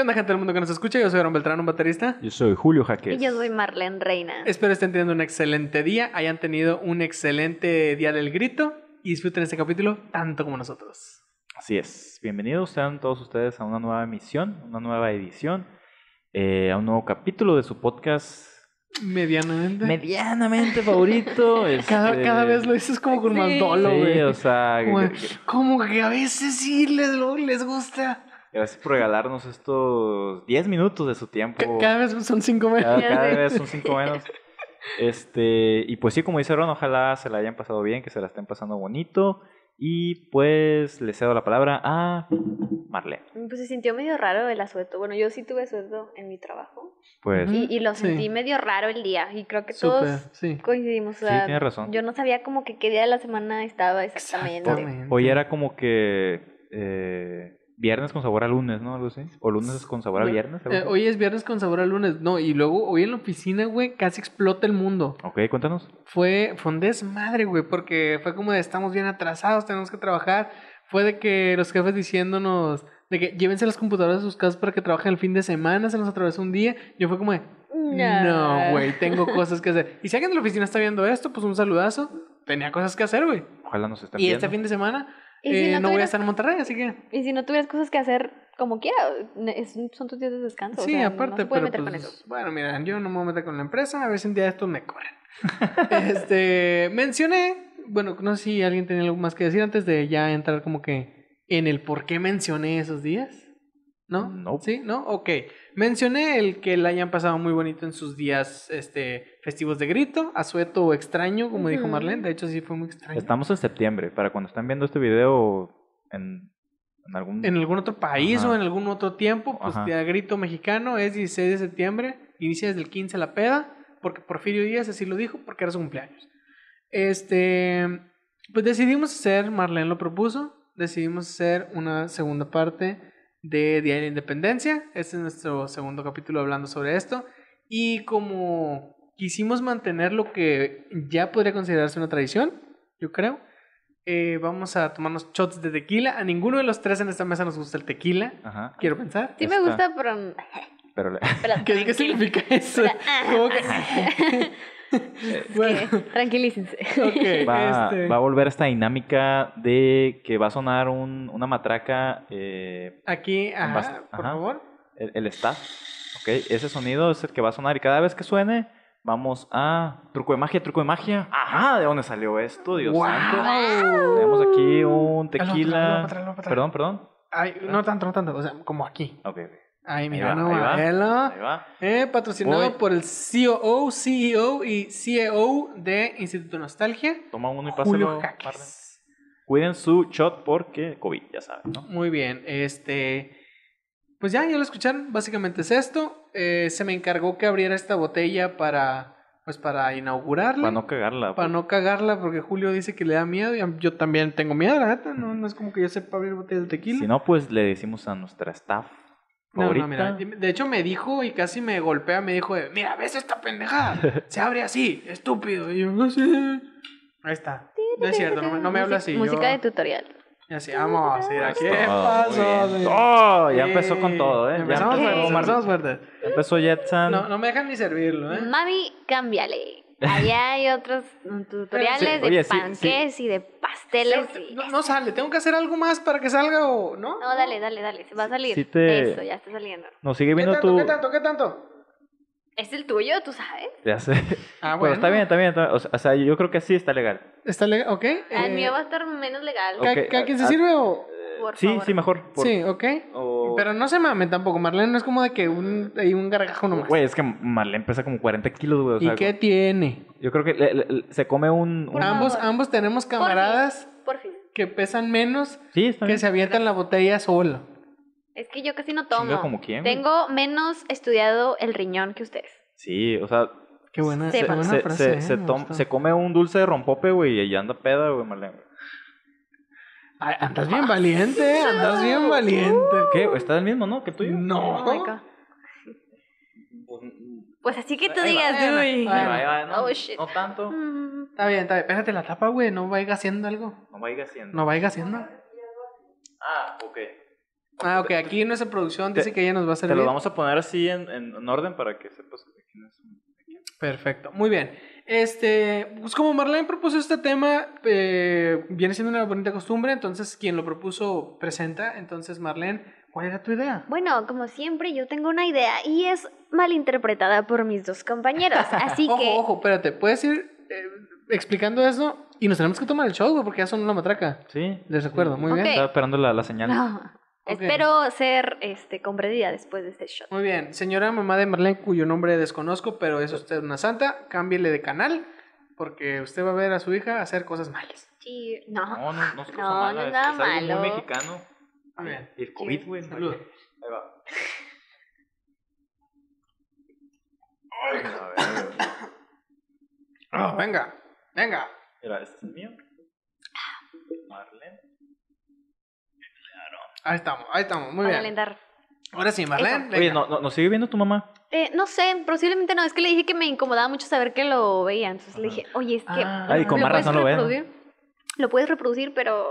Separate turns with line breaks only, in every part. onda, gente del mundo que nos escucha? Yo soy Aaron Beltrán, un baterista.
Yo soy Julio Jaquez.
Y yo soy Marlene Reina.
Espero estén teniendo un excelente día, hayan tenido un excelente día del grito y disfruten este capítulo tanto como nosotros.
Así es. Bienvenidos sean todos ustedes a una nueva emisión, una nueva edición, eh, a un nuevo capítulo de su podcast
Medianamente.
medianamente favorito.
cada,
este,
cada vez lo dices como con más
Sí.
dolo, güey.
Sí, o sea,
como,
g- g-
como que a veces sí les, luego les gusta.
gracias por regalarnos estos 10 minutos de su
Ca-
tiempo.
Cada vez son cinco meses.
Cada,
Ya
cada
sé.
vez son cinco menos. Este, y pues sí, como dice Ron, ojalá se la hayan pasado bien, que se la estén pasando bonito. Y pues le cedo la palabra a Marlene.
Pues se sintió medio raro el asueto. Bueno, yo sí tuve asueto en mi trabajo.
Pues
Ujú.
sí,
Y, y lo
Mm, Sí.
sentí medio raro el día. Y creo que
Súper,
todos
sí.
coincidimos. o sea,
tienes razón.
Yo no sabía como que qué día de la semana estaba exactamente.
Eh,
Hoy era como que eh, viernes con sabor a lunes, ¿no? Algo así. O lunes con sabor a
Bueno,
viernes. algo
Eh,
así.
hoy es viernes con sabor a lunes. No, y luego hoy en la oficina, güey, casi explota el mundo.
Ok, cuéntanos.
Fue, fue un desmadre, güey, porque fue como de estamos bien atrasados, tenemos que trabajar. Fue de que los jefes diciéndonos de que llévense las computadoras a sus casas para que trabajen el fin de semana, se nos atravesó un día. Yo fue como de, no, güey, tengo cosas que hacer. Y si alguien de la oficina está viendo esto, pues un saludazo. Tenía cosas que hacer, güey.
Ojalá nos estén
Y este
viendo.
fin de semana
¿Y si
eh, no,
no
voy a
tuvieras-
estar en Monterrey, así que...
Y si no tuvieras cosas que hacer, como quiera, ne- es- son tus días de descanso. o
Sí,
sea, no
aparte,
se puede
pero
meter con
pues,
eso.
bueno, mira, yo no me voy a meter con la empresa, a ver si un día de estos me corren. este, mencioné, bueno, no sé si alguien tenía algo más que decir antes de ya entrar como que en el por qué mencioné esos días. ¿No?
No.
¿Sí? ¿No? Ok. Mencioné el que la hayan pasado muy bonito en sus días este, festivos de grito, asueto o extraño, como dijo
Ujú.
Marlene. De hecho, sí fue muy extraño.
Estamos en septiembre. Para cuando están viendo este video en, en algún...
en algún otro país
Ajá.
o en algún otro tiempo, pues
Ajá.
ya grito mexicano, es 16 de septiembre, inicia desde el 15 la peda, porque Porfirio Díaz así lo dijo, porque era su cumpleaños. Este, pues decidimos hacer, Marlene lo propuso, decidimos hacer una segunda parte de Día de la Independencia, este es nuestro segundo capítulo hablando sobre esto, y como quisimos mantener lo que ya podría considerarse una tradición, yo creo, eh, vamos a tomarnos shots de tequila. A ninguno de los tres en esta mesa nos gusta el tequila,
Ajá.
quiero pensar.
Sí me
Está.
gusta, pero...
Pero le-
pero
¿Qué, qué significa eso? ¿Cómo que- bueno,
Tranquilícense.
ok.
va,
este,
va a volver esta dinámica de que va a sonar un- una matraca eh,
Aquí, ajá,
basta-
por
ajá.
favor.
el, el staff. Ok, ese sonido es el que va a sonar y cada vez que suene, vamos a truco de magia, truco de magia. Ajá, ¿de dónde salió esto? Dios
¡Wow!
santo. Tenemos
Ah,
aquí
Hazlo,
un
hazlo, hazlo,
tequila.
hazlo, hazlo.
Perdón, perdón.
Ay, no tanto, no tanto. O sea, como aquí.
Ok, ok,
Ay,
Ahí
mira,
va,
no,
ahí va,
Maelo.
ahí va.
Eh, patrocinado
Voy.
por el COO, CEO E y CEO de Instituto Nostalgia,
Toma uno y
Julio
pásalo. Marlon.
Jaques.
Cuiden su shot porque COVID, ya saben, ¿no?
Muy bien, este. Pues ya, ya lo escucharon, básicamente es esto. Eh, se me encargó que abriera esta botella para. Pues para inaugurarla.
Para no cagarla.
para no cagarla, porque Julio dice que le da miedo. y a- Yo también tengo miedo, la neta. No, no es como que yo sepa abrir botellas de tequila.
Si no, pues le decimos a nuestra staff
No,
favorita.
no, mira. De hecho, me dijo y casi me golpea. Me dijo: de, Mira, ves esta pendejada. Se abre así, estúpido. Y yo, "Ah, sí". Ahí está. No es cierto, no me, no me habla así.
Música
yo-
de tutorial.
Y así, vamos. mira,
Eso
¿Qué
es todo,
pasó?
muy bien.
señor?
¡Oh! Ya empezó con todo, ¿eh? Ya
Empezamos
empezó
fuertes,
con Marlon.
empezamos fuertes.
Ya empezó Jetson.
No, no me dejan ni servirlo, ¿eh?
Mami, cámbiale. Allá hay otros mm, tutoriales
Sí, oye,
de
sí, sí.
panques y de pasteles. y-
No, no sale, tengo que hacer algo más para que salga o no.
No, dale, dale, dale. Se va a salir.
sí te-
Eso, ya está saliendo.
Nos sigue
¿Qué
viendo
tanto,
tu...
¿Qué tanto? ¿Qué tanto?
Es el tuyo, tú sabes.
Ya sé.
Ah,
Pero está bien, está bien. está- O sea, o sea, yo creo que sí está legal.
Está legal, ok.
El
eh,
mío va a estar menos legal.
ok,
¿ca- ¿Cada quien se
ah,
sirve o.?
Por
sí,
favor.
sí, mejor. por-
Sí, ok.
o-
Pero no se mamen tampoco, Marlene. No es como de que un, hay un gargajo nomás.
Güey, es que Marlene pesa como 40 kilos, güey. o sea,
¿Y qué tiene?
Yo creo que le- le- le- se come un... un-
favor.
Ambos, ambos tenemos camaradas
Por fin.
que pesan menos
Sí, está
que
bien.
se avientan la botella solo.
Es que yo casi no tomo.
¿como ¿eh? quién, güey?
Tengo menos estudiado el riñón que ustedes.
Sí, o sea...
Qué buena,
Se-
qué buena
se,
frase.
se-
eh,
se
me
tom-
gustó.
se come un dulce de rompope, güey, y anda peda, güey, Marlene.
Ay, andas bien valiente, eh, andas bien valiente.
¿Qué? ¿Está el mismo, no? ¿Que tuyo?
No.
Oh my God. Pues así que tú
Ahí va.
digas, uy.
Ahí va,
Ahí va, no,
Oh, shit.
no tanto.
Mm.
Está bien, está bien. Pégate la tapa, güey. No vaya haciendo algo.
No vaya haciendo.
No vaya haciendo.
Ah, ok.
Ah, ok, aquí nuestra producción dice
Te-
que ella nos va a
Te
servir.
lo vamos a poner así en, en- en orden para que sepas quién es.
Perfecto, muy bien. Este, pues como Marlene propuso este tema, eh, viene siendo una bonita costumbre, entonces quien lo propuso presenta. Entonces, Marlene, ¿cuál era tu idea?
Bueno, como siempre, yo tengo una idea y es malinterpretada por mis dos compañeros. Así
ojo,
que.
ojo, espérate, puedes ir eh, explicando eso y nos tenemos que tomar el show, güey, porque ya son una matraca.
Sí.
Les recuerdo, muy
Ok.
bien.
Estaba esperando la, la señal.
No.
Ok.
Espero ser este, comprendida después de este shot.
Muy bien, señora mamá de Marlene, cuyo nombre desconozco, pero es usted una santa, cámbiele de canal, porque usted va a ver a su hija hacer cosas malas.
Sí, no.
Ah,
No, no, no es cosa
No,
mala,
no es
es,
nada
es algo muy
malo.
mexicano.
Muy bien.
Y el COVID, güey.
Salud.
Ahí va. A ver, güey.
Ah, venga, venga.
Mira, este es el mío. Marlene.
Ahí estamos, ahí estamos, muy
para
bien.
alentar.
Ahora sí, Marlene, venga.
Oye, ¿no, no, ¿nos sigue viendo tu mamá?
Eh, no sé, posiblemente no. Es que le dije que me incomodaba mucho saber que lo veía. Entonces le
Ajá.
dije, oye, es que.
Ah.
Ay, con
¿lo
más
puedes
razón lo ve, ¿no?
reproducir? Lo puedes reproducir, pero,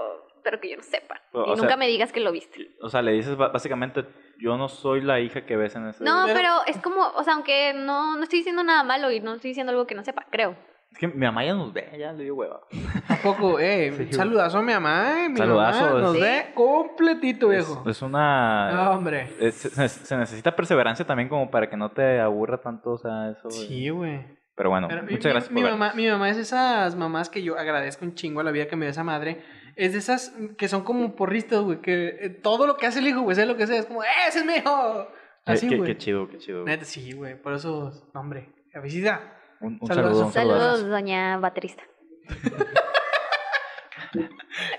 pero que yo no sepa.
O-
y
o
nunca
sea-
me digas que lo viste.
O sea, le dices ba- básicamente, yo no soy la hija que ves en ese...
No,
Pero-
pero es como, o sea, aunque no, no estoy diciendo nada malo y no estoy diciendo algo que no sepa, creo.
Es que mi mamá ya nos ve, ya le dio hueva.
¿A poco? Eh,
Sí, güey.
saludazo a mi mamá, eh, mi
Saludazo,
mamá nos
sí.
ve completito,
Es,
viejo.
es una...
Ah, hombre.
es- se, se necesita perseverancia también como para que no te aburra tanto, o sea, eso... güey.
Sí, güey.
Pero bueno,
Pero mi-
muchas
mi,
gracias por
mi
ver.
mamá, mi mamá es esas mamás que yo agradezco un chingo a la vida que me dio esa madre. Es de esas que son como porristas, güey. Que eh, todo lo que hace el hijo, güey, sea lo que sea, es como, "Eh, ¡ese es mi hijo!
Ay,
Así,
qué,
Ah, güey.
qué chido, qué chido. güey.
Neta, sí, güey. Por eso, no, hombre. La visita.
Un, un
Saludos.
saludo, un saludo.
Saludos, doña baterista.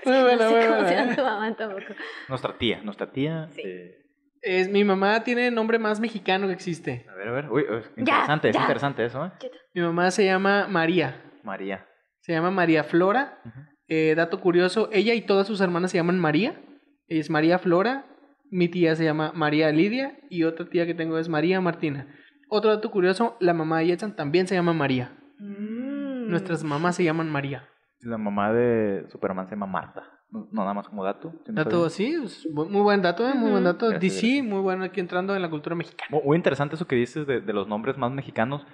Muy buena,
no sé
muy
cómo
buena,
se llama
¿eh?
tu mamá tampoco.
Nuestra tía, nuestra tía.
Sí.
eh,
Es, mi mamá tiene el nombre más mexicano que existe.
a ver, a ver. Uy, es interesante, es
ya.
interesante eso, ¿eh?
Mi mamá se llama María.
María.
Se llama María Flora.
Ujú.
Eh, dato curioso, ella y todas sus hermanas se llaman María. Ella es María Flora. Mi tía se llama María Lidia. Y otra tía que tengo es María Martina. Otro dato curioso, la mamá de Jetson también se llama María.
Mm.
Nuestras mamás se llaman María.
La mamá de Superman se llama Marta. No, no, nada más como dato. si no
Dato,
sabías.
sí, es bu- muy buen dato, eh, muy buen
Ujú.
dato.
Gracias,
DC,
gracias.
muy bueno aquí entrando en la cultura mexicana.
Mu- Muy interesante eso que dices de, de los nombres más mexicanos.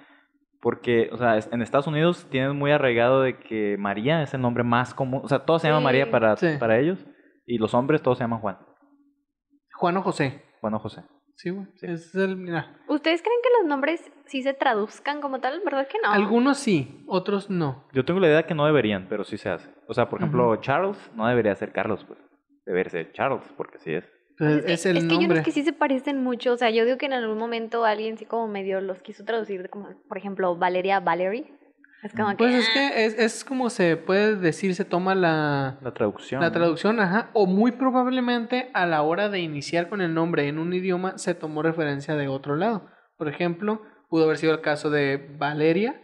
Porque, o sea, es- en Estados Unidos tienen muy arraigado de que María es el nombre más común. O sea, todos se llaman
Sí.
María para,
Sí.
para ellos. Y los hombres todos se llaman Juan.
Juan o José.
Juan o José.
Sí, güey.
Sí.
Ese Es el, mira.
¿Ustedes creen que los nombres sí se traduzcan como tal? ¿Verdad que no?
Algunos sí, otros no.
Yo tengo la idea que no deberían, pero sí se hace. O sea, por ejemplo, Charles no debería ser Carlos, pues. Debería ser Charles, porque sí es.
Pues
Es que,
es el
es que hay
nombre.
unos que sí se parecen mucho. O sea, yo digo que en algún momento alguien sí como medio los quiso traducir, como por ejemplo Valeria Valerie. Es como
Pues
que.
es que es, es como se puede decir, se toma la,
La traducción.
la
¿no?
traducción, ajá. O muy probablemente a la hora de iniciar con el nombre en un idioma se tomó referencia de otro lado. Por ejemplo, pudo haber sido el caso de Valeria,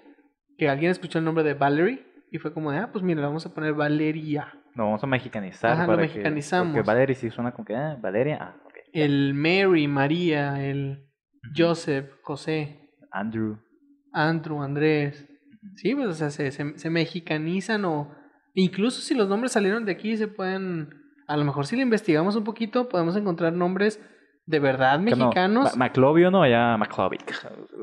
que alguien escuchó el nombre de Valerie y fue como de, ah, pues mira, le vamos a poner Valeria.
Lo vamos a mexicanizar.
Ajá, lo
para
mexicanizamos.
Que, porque Valeria sí suena como que, ah, Valeria, ah, ok.
El Mary, María, el Joseph, José,
Andrew.
Andrew, Andrés. Sí, pues o sea, se, se, se mexicanizan o incluso si los nombres salieron de aquí se pueden, a lo mejor si le investigamos un poquito podemos encontrar nombres de verdad
Que no,
mexicanos.
Ma- Maclovio no, ya Maclovic.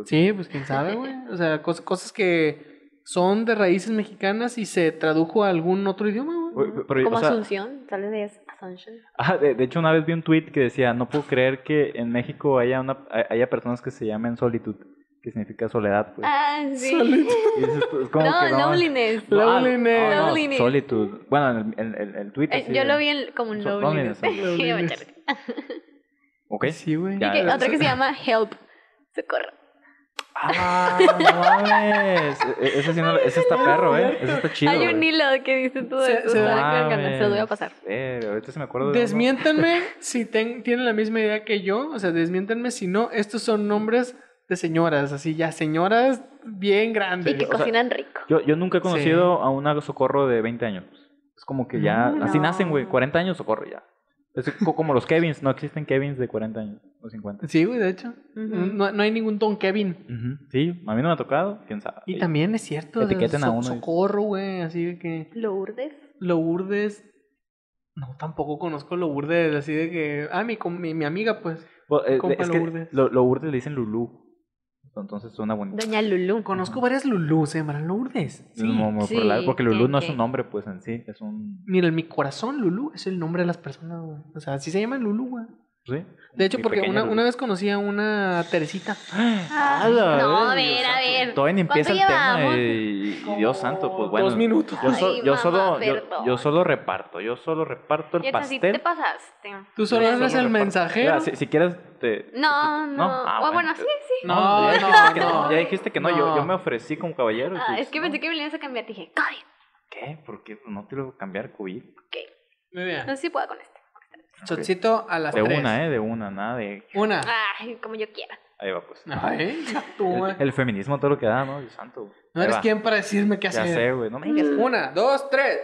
Sí, pues quién sabe, güey. O sea, cos- cosas que son de raíces mexicanas y se tradujo a algún otro idioma, güey.
Uy, pero, o
como
sea,
Asunción, tal vez es Asunción.
ah, de, de hecho, una vez vi un tweet que decía, no puedo creer que en México haya, una, hay- haya personas que se llamen solitud, que significa soledad. Pues.
Ah, sí.
Solito.
Y dices, pues, como
No,
que no-
loneliness.
No, ah,
Loneliness.
no, no,
Loneliness.
solitud. Bueno, el, el, el, el tweet.
Eh,
así
yo
de-
lo vi en- como un
So-
loneliness.
loneliness.
Qué
Loneliness.
bachar.
Ok.
Sí, güey.
Ya,
Que-
Ah,
Otra que se llama Help. Socorro.
Ah, no mames. E- Ese, sí no- ese está perro, ¿eh? Ese está chido.
Hay un
güey.
hilo que dice todo
Se-
eso.
se-
estaba con ganas, Se lo voy a
Mames.
pasar.
Eh, ahorita se me acuerdo de uno.
Desmiéntanme si ten- tienen la misma idea que yo, o sea, desmiéntanme si no, estos son nombres de señoras, así ya, señoras bien
Y que
grandes.
o sea,
cocinan rico.
Yo, yo nunca he
Sí.
conocido a una socorro de 20 años. Es como que ya.
Mm. No,
así
no.
nacen, güey. 40 años, socorro ya. Es co- como los Kevins. No existen Kevins de 40 años o 50.
Sí, güey, de hecho. No, no hay ningún Don Kevin.
Ujú, Sí, a mí no me ha tocado. ¿Quién sabe?
Y también es cierto. o sea,
Etiqueten a uno y-
Socorro, güey, así de que
Lourdes.
Lourdes, No, tampoco conozco lo burde, así de que. Ah, mi, com- mi, mi amiga, pues.
Bueno, eh,
Compa
es que
Lourdes.
lo, Lourdes le dicen Lulú. Entonces suena bonito.
Doña Lulú.
Conozco
Ajá.
varias Lulú, se llamarán Lourdes. Sí.
No, no, por
sí,
la- porque Lulú
tiene
no es
que-
un nombre, pues en sí. Es un.
Mira, en mi corazón, Lulú es el nombre de las personas, güey. O sea, así se llaman Lulú, güey.
¿sí?
De hecho,
Mi
porque
pequeña
una,
Lulú.
una vez conocí a una Teresita.
Ah,
A la
no, a
vez, Dios
ver, a
santo.
ver.
Todavía ni
¿Cuánto
empieza el tema
llevamos?
y, y Dios santo, pues bueno.
Dos minutos.
Yo, so-
Ay,
yo
mamá,
solo, yo,
perdón.
yo solo reparto, yo solo reparto el
Y así
pastel.
te pasaste.
Tú solo
Yo
eres el
reparto.
mensajero.
Mira, si, si quieres, te.
No, no.
Ah,
Ah, bueno, sí, sí.
No,
ya
no,
dijiste que
no.
Ya dijiste que no,
No.
Yo, yo me ofrecí como caballero. y
Ah,
tú
es que
no.
pensé que me lo ibas a cambiar. Te dije, Cody.
¿Qué? ¿Por qué no te lo voy a cambiar, COVID?
Muy bien.
No sé si puedo con este.
Chocito a las
De
tres.
una, ¿eh? De una, nada de.
Una.
Ay, como yo quiera.
Ahí va, pues.
Ay, tú, güey.
El, el feminismo, todo lo que da, ¿no? Dios santo.
No
Ahí
eres
va.
quien para decirme qué
Ya
hacer.
sé, güey. No me digas.
Una, dos, tres.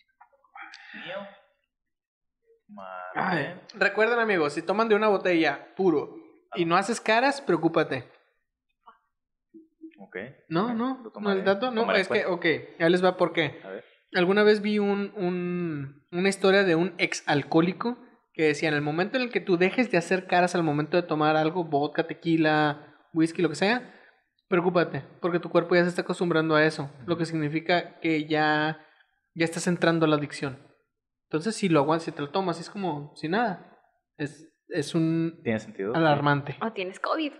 Ay,
Madre.
Recuerden, amigos, si toman de una botella puro y no haces caras, preocúpate.
Ok.
No,
ok,
no,
lo
no,
tomaré,
el dato,
lo
no,
tomaré en
es que,
cuenta.
ok, ya les va por qué.
A ver.
Alguna vez vi un, un- una historia de un ex alcohólico que decía, en el momento en el que tú dejes de hacer caras al momento de tomar algo, vodka, tequila, whisky, lo que sea, preocúpate, porque tu cuerpo ya se está acostumbrando a eso, lo que significa que ya, ya estás entrando a la adicción. Entonces, si lo aguantas, si te lo tomas, es como, si nada, es, es un
¿Tiene sentido?
alarmante.
O tienes COVID.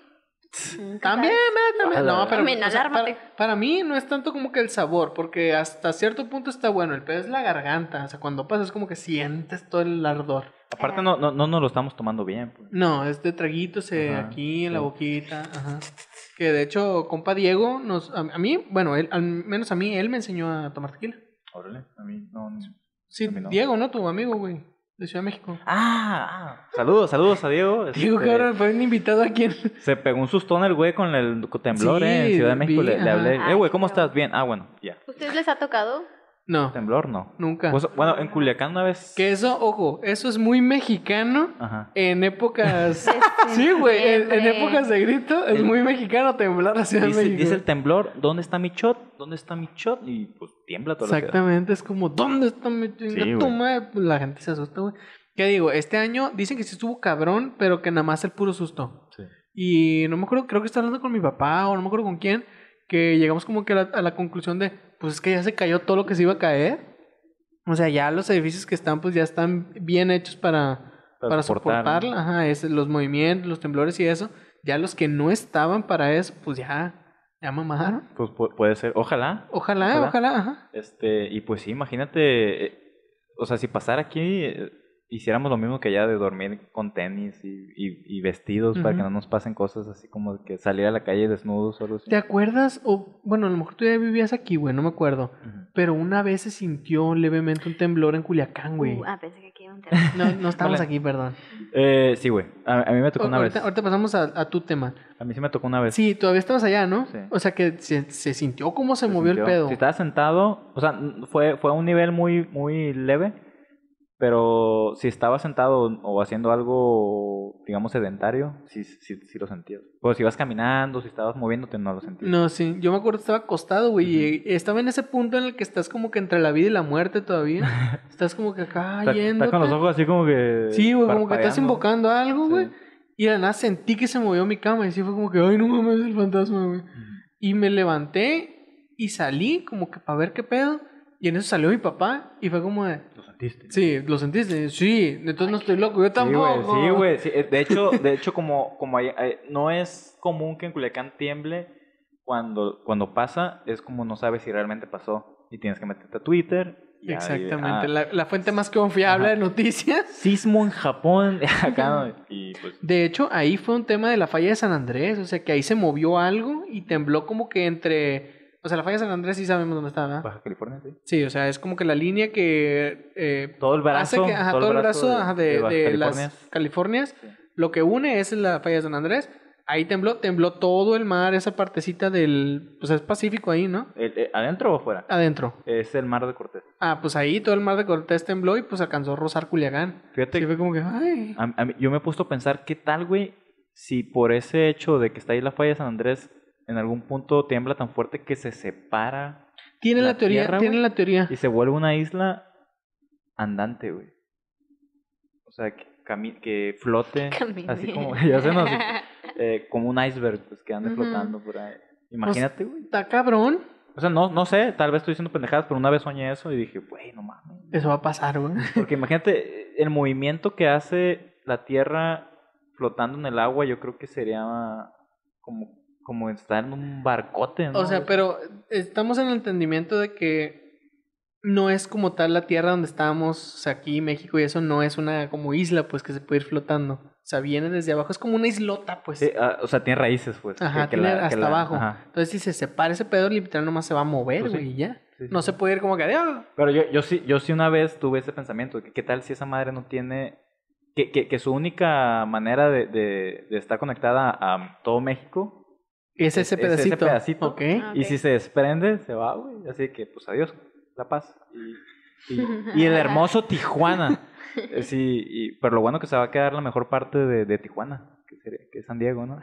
Nunca
También,
sabes.
eh, también.
Ojalá.
No, pero
Mm, También,
o sea,
alármate.
para, para mí no es tanto como que el sabor, porque hasta cierto punto está bueno. El pedo es la garganta. O sea, cuando pasa es como que sientes todo el ardor.
Aparte, no, no, no nos lo estamos tomando bien. pues.
No, es de traguitos eh,
Ajá,
aquí en la
sí.
boquita. Ajá. Que de hecho, compa Diego, nos, a, a mí, bueno, él- al menos a mí, él me enseñó a tomar tequila.
Órale, a mí no. no.
Sí,
A mí no.
Diego, ¿no? Tu amigo, güey, de Ciudad de México.
Ah, ah, saludos, saludos a Diego.
Diego,
Este,
cabrón, fue un invitado aquí. En...
Se pegó un sustón el güey con el temblor
Sí,
eh, en Ciudad de México.
vi,
le, le hablé,
ajá.
eh, güey, ¿cómo
Ay, cabrón.
estás? Bien. Ah, bueno, ya.
¿Ustedes les ha tocado?
No,
Temblor no.
nunca.
Pues, bueno, en Culiacán una vez.
Que eso, ojo, eso es muy mexicano.
Ajá.
En épocas.
Desde
sí, güey. En, en
Este, septiembre.
épocas de grito es
El-
muy mexicano temblar la Ciudad de
Dice,
México.
dice el temblor, ¿dónde está mi shot? ¿Dónde está mi shot? Y pues tiembla toda la ciudad.
Exactamente, es como, ¿dónde está mi chinga
Sí,
tu
güey.
madre? Pues La gente se asusta, güey. ¿Qué digo? Este año dicen que sí estuvo cabrón, pero que nada más el puro susto. Y no me acuerdo, creo que estaba hablando con mi papá o no me acuerdo con quién, que llegamos como que a la, a la conclusión de, pues es que ya se cayó todo lo que se iba a caer. O sea, ya los edificios que están, pues ya están bien hechos para, para,
soportar, ¿no?
soportarla. Ajá, es, los movimientos, los temblores y eso. Ya los que no estaban para eso, pues ya, ya mamaron.
Pues pu- puede ser, ojalá.
Ojalá,
Ojalá.
ojalá, ajá.
Este, y pues sí, imagínate, eh, o sea, si pasara aquí, eh, hiciéramos lo mismo que allá de dormir con tenis y, y- y vestidos para que
Ujú.
no nos pasen cosas así como que salir a la calle desnudos o algo así.
¿Te acuerdas? O, bueno, a lo mejor tú ya vivías aquí, güey, no me acuerdo.
Ujú.
Pero una vez se sintió levemente un temblor en Culiacán, güey.
Uh, ah, pensé que aquí iba un terreno.
No, no estamos
Vale.
aquí, perdón.
Eh, sí, güey, a, a mí me tocó
O-
una
ahorita,
vez.
ahorita pasamos a, a tu tema.
A mí sí me tocó una vez.
Sí, todavía estabas allá, ¿no?
Sí.
O sea que se, se sintió como se,
Se
movió el
sintió.
pedo.
Si estaba sentado, o sea, n- fue, fue a un nivel muy, muy leve, pero si estaba sentado o haciendo algo, digamos, sedentario, sí, sí, sí lo sentías. Pues si ibas caminando, si estabas moviéndote, no lo sentías.
No, sí. Yo me acuerdo que estaba acostado, güey. y Estaba en ese punto en el que estás como que entre la vida y la muerte todavía. Estás como que acá
Está-
yendo.
está con los ojos así como que.
Sí, güey, como que estás
parpadeando.
invocando algo, güey.
Sí.
Y de la nada sentí que se movió mi cama. Y sí fue como que, ay, no mames, el fantasma, güey. Y me levanté y salí como que para ver qué pedo. Y en eso salió mi papá y fue como de,
Lo sentiste.
sí, ¿lo sentiste? Sí, entonces no estoy loco, yo
Sí, güey,
tampoco.
sí, güey. sí, eh, De hecho, de hecho como, como hay- hay- no es común que en Culiacán tiemble, cuando, cuando pasa, es como no sabes si realmente pasó. Y tienes que meterte a Twitter. y ahí-
Exactamente,
ah,
la, la fuente más confiable
Ajá.
de noticias.
Sismo en Japón. Acá, ¿no? Y pues.
De hecho, ahí fue un tema de la falla de San Andrés, o sea que ahí se movió algo y tembló como que entre... O sea, la falla de San Andrés sí sabemos dónde está, ¿verdad?
Baja California, sí.
Sí, o sea, es como que la línea que... eh,
Todo el brazo.
hace que ajá, todo el brazo ajá, de,
Baja
de
California.
las Californias,
Sí.
lo que une es la falla de San Andrés. Ahí tembló, tembló todo el mar, esa partecita del, pues es Pacífico ahí, ¿no?
El- eh, ¿Adentro o afuera?
Ah. Adentro.
Es el mar de Cortés.
Ah, pues ahí todo el mar de Cortés tembló y pues alcanzó a rozar Culiacán.
Fíjate
Sí, fue como que, ay.
A- a mí- yo me he puesto a pensar qué tal, güey, si por ese hecho de que está ahí la falla de San Andrés, en algún punto tiembla tan fuerte que se separa
Tienen la,
la
teoría,
Tierra,
tienen
güey.
la teoría.
Y se vuelve una isla andante, güey. O sea, que, cami- que flote.
Camine.
Así como, ya se nos- eh, como un iceberg, pues que ande
Ujú. Pues
flotando por ahí. Imagínate, güey.
Está cabrón.
O sea, no, no sé, tal vez estoy diciendo pendejadas, pero una vez soñé eso y dije, güey, no mames.
Eso va a pasar, güey.
Porque imagínate, el movimiento que hace la Tierra flotando en el agua, yo creo que sería como, como estar en un barcote, ¿no?
O sea, pero estamos en el entendimiento de que no es como tal la tierra donde estábamos, o sea, aquí México y eso no es una como isla, pues que se puede ir flotando. O sea, viene desde abajo, es como una islota, pues.
Sí, ah, o sea, tiene raíces, pues.
Ajá,
que- que
tiene
la- que
hasta
la-
abajo.
ajá.
Entonces, si se separa ese pedo, literal nomás se va a mover,
Pues sí.
güey, y ya.
Sí, sí,
No
sí.
se puede ir como que, "Ah".
Pero yo, yo sí, yo sí una vez tuve ese pensamiento, que qué tal si esa madre no tiene, que, que, que su única manera de, de- de estar conectada a todo México,
es
Es-
ese
es ese
pedacito.
pedacito.
Ok.
Ah.
y
Ok.
si se desprende, se va, güey. Así que, pues adiós, la paz. Y, y- y el hermoso Tijuana. Eh, Sí, y- pero lo bueno que se va a quedar la mejor parte de, de Tijuana, que, sería, que es San Diego, ¿no?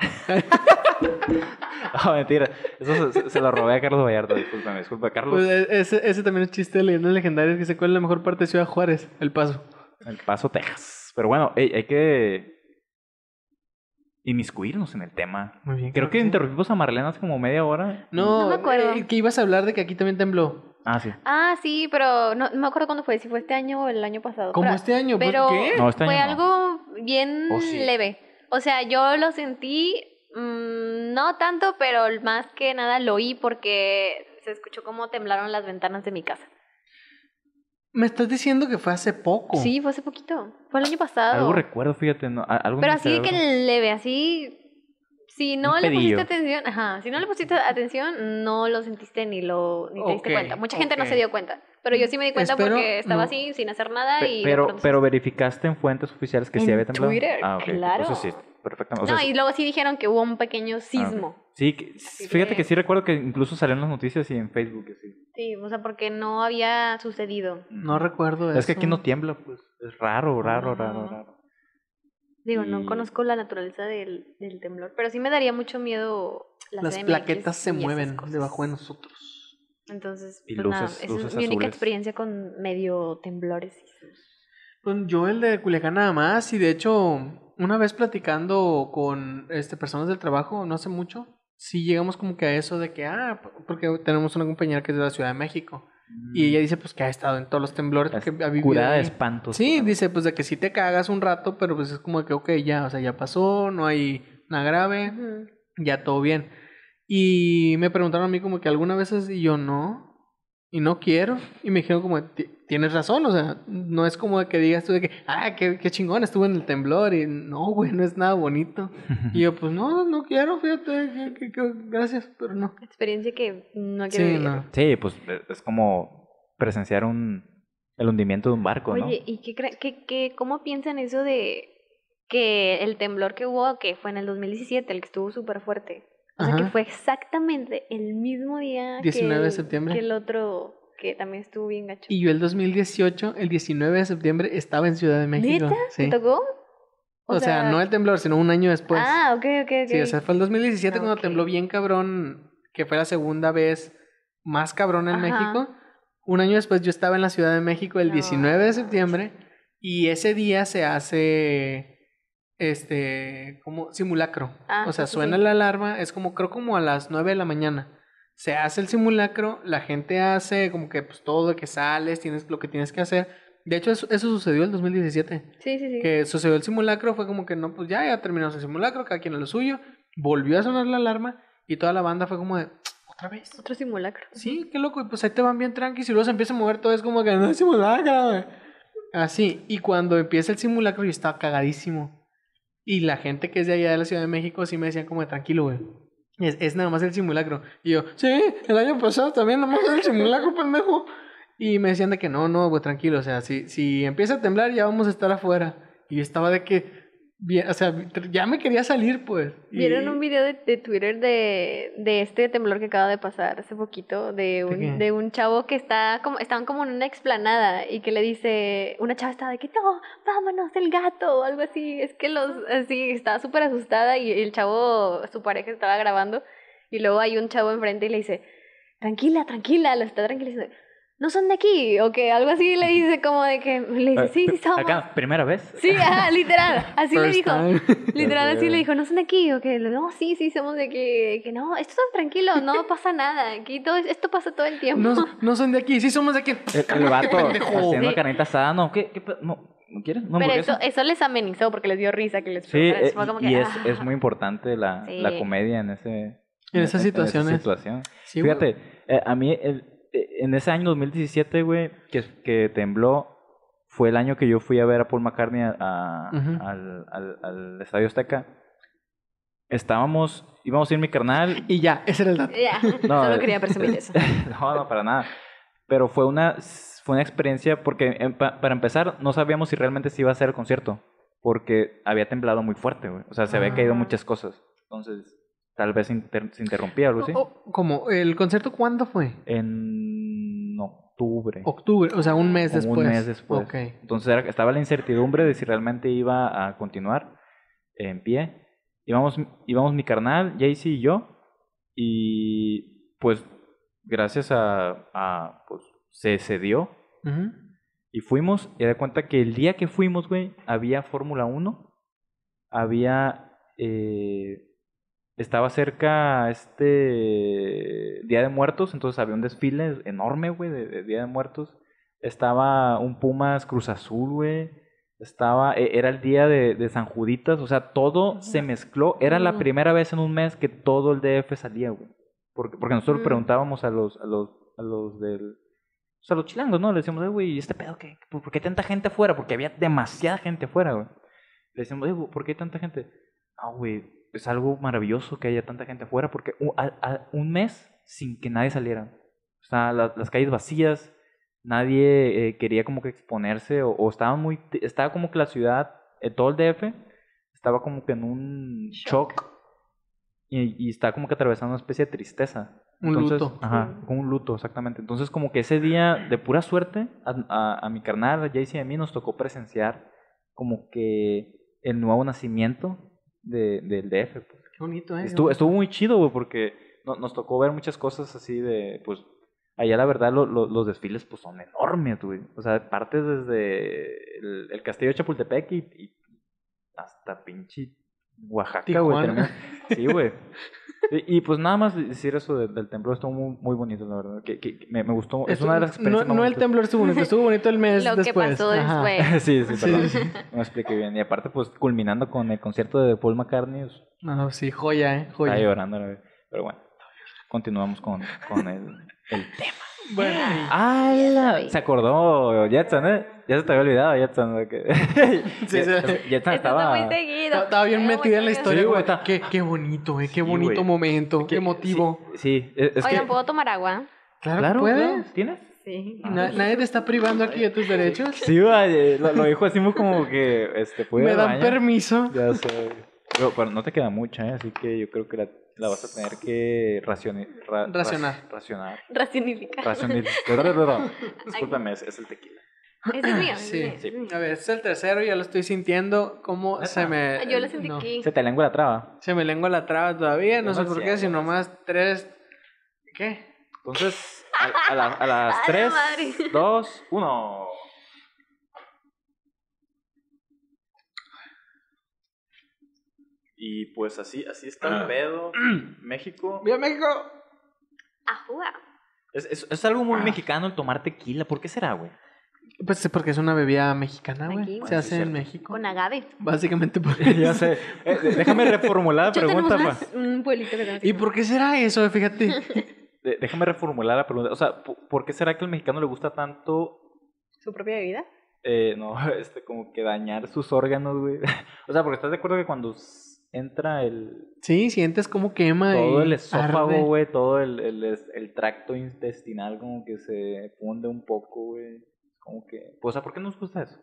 Ah, mentira. Eso se, se- se lo robé a Carlos Vallarta, discúlpame, disculpa, Carlos.
Pues e- ese, ese también es chiste de leyendas legendarias que se cuál es la mejor parte de Ciudad Juárez, El Paso.
Pues,
El Paso, Texas. Pero bueno, ey, hay que inmiscuirnos en el tema.
Muy bien.
Creo que interrumpimos a Marlene hace como media hora.
No,
Ah, No me acuerdo.
eh, que ibas a hablar de que aquí también tembló.
Ah, sí.
Ah, sí, pero no, no me acuerdo cuándo fue, si fue este año o el año pasado.
Como
pero-
este año, pues,
pero
¿qué?
No, este
fue
año no.
algo bien
Oh, sí.
leve. O sea, yo lo sentí, mm, no tanto, pero más que nada lo oí porque se escuchó cómo temblaron las ventanas de mi casa.
Me estás diciendo que fue hace poco.
Sí, fue hace poquito, fue el año pasado.
Algo recuerdo, fíjate. No, a- algo en
pero
mi
así que
cerebro.
leve, así... Si no
Un
le
pedillo.
pusiste atención, ajá, si no le pusiste atención, no lo sentiste ni lo ni te diste
Ok,
cuenta. Mucha gente no
ok.
se dio cuenta, pero yo sí me di cuenta
Espero
porque estaba
no.
así sin hacer nada
Pe-
y de
pero,
pronto se
pero verificaste en fuentes oficiales que sí
En
había temblado.
Twitter,
ah, ok.
claro.
Entonces sí, perfectamente. O sea,
no,
sí-
y luego sí dijeron que hubo un pequeño
ah, ok.
sismo.
Sí, que-
Así
fíjate
que-
que sí recuerdo que incluso salió en las noticias y en Facebook. y así.
Sí, o sea, porque no había sucedido.
No recuerdo eso.
Es que aquí no tiembla, pues. Es raro, raro,
Ah.
raro, raro.
Digo,
Y-
Mm.
no conozco la naturaleza del, del temblor, pero sí me daría mucho miedo la
Las
CDMX
plaquetas se
y esas
mueven
cosas.
debajo de nosotros.
Entonces,
Y
pues nada,
luces-
esa
luces
es mi única
azules.
experiencia con medio temblores. y sus-
Pues yo el de Culiacán nada más y de hecho una vez platicando con este personas del trabajo no hace mucho, sí llegamos como que a eso de que ah, p- porque tenemos una compañera que es de la Ciudad de México y ella dice pues que ha estado en todos los temblores
Estás
que ha vivido.
curada de
ahí.
espantos.
Sí,
totalmente.
dice pues de que sí te cagas un rato, pero pues es como que ok, ya, o sea, ya pasó, no hay nada grave.
Ujú.
ya todo bien. Y me preguntaron a mí como que algunas veces y yo no, y no quiero. Y me dijeron como, "Ti- tienes razón, o sea, no es como de que digas tú de que, ah, qué, qué chingón, estuve en el temblor y no, güey, no es nada bonito. Y yo pues no, no quiero, fíjate, que- que- que- gracias, pero no.
Experiencia que no quiero
Sí,
vivir.
no.
Sí, pues e- es como presenciar un, el hundimiento de un barco, ¿no?
Oye, ¿y qué, cre- qué, qué, cómo piensan eso de que el temblor que hubo, que fue en el 2017, el que estuvo súper fuerte? O sea, que
Ajá.
fue exactamente el mismo día
19
que,
de
el,
septiembre.
que el otro, que también estuvo bien gacho.
Y yo el 2018, el 19 de septiembre, estaba en Ciudad de México.
¿Neta?
Sí.
¿Te tocó?
O sea, no el temblor, sino un año después.
Ah, ok, ok, ok.
Sí, o sea, fue el 2017
Ah,
cuando
ok.
tembló bien cabrón, que fue la segunda vez más cabrón en
Ajá.
México. Un año después yo estaba en la Ciudad de México el
No
19 de septiembre y ese día se hace este como simulacro.
Ah,
o sea,
sí, sí,
suena
sí.
la alarma, es como creo como a las 9 de la mañana. Se hace el simulacro, la gente hace como que pues todo de que sales, tienes lo que tienes que hacer. De hecho, eso, eso sucedió el 2017
sí, sí, sí.
que sucedió el simulacro, fue como que no, pues ya, ya terminamos el simulacro, cada quien a lo suyo, volvió a sonar la alarma y toda la banda fue como de, ¿otra vez?
Otro simulacro.
Sí, qué loco, y pues ahí te van bien tranquis y luego se empieza a mover todo, es como que no es simulacro, güey". Así, y cuando empieza el simulacro yo estaba cagadísimo. Y la gente que es de allá de la Ciudad de México sí me decían como de, tranquilo, güey. Es, es nada más el simulacro. Y yo, sí, el año pasado también nada más era el simulacro, pendejo. Y me decían de que no, no, güey, tranquilo. O sea, si, si empieza a temblar ya vamos a estar afuera. Y yo estaba de que, bien, o sea, ya me quería salir, pues. Y-
¿Vieron un video de, de Twitter de, de este temblor que acaba de pasar hace poquito? De
qué?
un, de un chavo que está como, estaban como en una explanada y que le dice, una chava estaba de que no, vámonos, el gato o algo así. Es que los, así, estaba súper asustada y el chavo, su pareja estaba grabando y luego hay un chavo enfrente y le dice, tranquila, tranquila, lo está tranquilizando. No son de aquí, o que algo así le dice como de que, le dice,
Eh,
sí,
pe-
sí somos.
Acá, primera vez.
Sí, ajá, literal, así le
First
dijo.
time.
Literal, así
Verga.
le dijo, no son de aquí, o que no, sí, sí, somos de aquí, que no, estos son tranquilos, no pasa nada, aquí todo, esto pasa todo el tiempo.
No, no son de aquí, sí somos de aquí.
El, el vato
pendejo.
haciendo
Sí.
carnita asada, no, ¿qué, qué pe- no, ¿no quieres? ¿No
Pero
hamburguesa?
eso, eso les amenizó porque les dio risa que les
Sí,
preguntaran,
eh,
fue como
y,
que,
y es,
ah.
es muy importante la,
Sí.
la comedia en ese...
En esas situaciones.
situación.
Sí, güey.
Fíjate, eh, a mí el- eh, en ese año 2017, güey, que, que tembló, fue el año que yo fui a ver a Paul McCartney a- a-
Ujú.
al, al- al Estadio Azteca. Estábamos, íbamos a ir mi carnal
Y ya, ese era el dato.
Ya,
No,
solo
eh,
quería presumir eso.
no, no, para nada. Pero fue una, fue una experiencia porque em- pa- para empezar no sabíamos si realmente se iba a hacer el concierto. Porque había temblado muy fuerte, güey. O sea, se había
Ah.
caído muchas cosas. Entonces, tal vez inter- se interrumpía algo así.
O- o- Oh, ¿Cómo? ¿El concierto cuándo fue?
En octubre.
Octubre, o sea, un mes
como
después.
Un mes después.
Ok.
Entonces era- estaba la incertidumbre de si realmente iba a continuar en pie. Íbamos, íbamos mi carnal, Jaycee y yo. Y pues gracias a... a, pues se cedió
Ujú.
y fuimos. Y da cuenta que el día que fuimos, güey, había Fórmula 1. Había... eh, estaba cerca este Día de Muertos, entonces había un desfile enorme, güey, de, de Día de Muertos. Estaba un Pumas Cruz Azul, güey. Estaba, e- era el día de, de San Juditas, o sea, todo se mezcló. Era la
Mm.
primera vez en un mes que todo el DF salía, güey. Porque, porque nosotros
Mm.
preguntábamos a los, a los, a los del... O sea, a los chilangos, ¿no? Le decíamos, "Eh, güey, ¿y este pedo qué? ¿Por por qué tanta gente afuera? Porque había demasiada gente afuera, güey. Le decíamos, "Eh, güey, ¿por qué tanta gente? Ah, güey, es algo maravilloso que haya tanta gente afuera porque u- a- a- un mes sin que nadie saliera. O sea, la- las calles vacías, nadie eh, quería como que exponerse o, o estaba muy... Estaba como que la ciudad, eh, todo el DF, estaba como que en un shock, y, y está como que atravesando una especie de tristeza.
Un
Entonces,
luto.
Ajá,
Mm.
con un luto, exactamente. Entonces, como que ese día, de pura suerte, a, a- a mi carnal, a Jaycee y a mí nos tocó presenciar como que el nuevo nacimiento de, del DF. pues.
Qué bonito, ¿eh?
Estuvo, estuvo muy chido, güey, porque no- nos tocó ver muchas cosas así de, pues, allá la verdad lo- lo- los desfiles pues son enormes, güey. O sea, partes desde el, el castillo de Chapultepec y, y hasta pinche Oaxaca, güey.
Tijuana.
termina- Sí, güey. Y, y, pues nada más decir eso de- del templo, estuvo muy, muy bonito, la verdad. Que, que- que me, me gustó, es
Estuvo-
una de las experiencias
No,
más
no el
bonitas.
temblor estuvo bonito, estuvo bonito el mes
Lo que
después.
pasó
Ajá.
después.
sí, sí,
Sí,
perdón.
sí, sí.
No me expliqué bien. Y aparte, pues, culminando con el concierto de Paul McCartney, pues,
No, sí, joya, ¿eh? Joya.
Está llorando la vez. Pero bueno, continuamos con, con el, el tema.
Bueno,
Ah,
¡Hala! Se acordó Jetson, ¿eh? Ya se te había olvidado Jetson. de que-
Sí, sí.
Jetson
Esto está
estaba...
muy seguido.
y- estaba bien
Pero
metida en
bueno,
la
ya-
historia,
Sí, güey,
güey.
está-
qué, qué bonito, ¿eh? Qué
Sí,
bonito
güey.
momento, qué
que-
emotivo.
Sí, sí, es es que...
Oigan, ¿puedo tomar agua?
Claro,
Claro,
que puedes.
claro. ¿Tienes?
Sí.
Ah.
Na- nadie te está privando aquí de tus derechos.
Sí, güey, lo, lo dijo así muy como que... Este, fue
Me
al
dan
baño.
permiso.
Ya sé. Pero, pero no te queda mucha, ¿eh? Así que yo creo que la, la vas a tener que racioni- ra-
Racionar.
Racionar.
Racionalificar.
Racionar. Perdón, Discúlpame, es, es el tequila.
Ese es mío. ese
Sí.
es mío.
A ver, este es el tercero y ya lo estoy sintiendo. ¿Cómo
¿Neta?
se me.?
Ah, Yo lo sentí
eh, no.
aquí.
Se te lengua la traba.
Se me lengua la traba todavía, no sé por qué,
Demasiado.
sino más tres. ¿Qué?
Entonces, a, a la- a las
A la
3,
madre.
2, 1. Y pues así, así está el pedo. México.
¡Viva México!
Ajua.
Es, es- es algo muy mexicano el tomar tequila. ¿Por qué será, güey?
Pues sí, porque es una bebida mexicana,
Aquí.
güey.
Bueno,
Se
sí,
hace
cierto.
en México.
Con agave.
Básicamente por
ya
eso.
sé. Eh, déjame reformular la
Yo tenemos
Ah, pregunta. pues.
unas- un pueblito que tenemos
¿Y
aquí.
por qué será eso? Fíjate.
Déjame reformular la pregunta. O sea, ¿po- ¿por qué será que al mexicano le gusta tanto
su propia bebida?
eh, no, este, como que dañar sus órganos, güey. O sea, porque estás de acuerdo que cuando s- entra el,
Sí, sientes cómo quema
todo
y
el esófago,
arde.
güey, todo el, el, es- el tracto intestinal como que se funde un poco, güey. Como que, pues, o sea, ¿por qué nos gusta eso?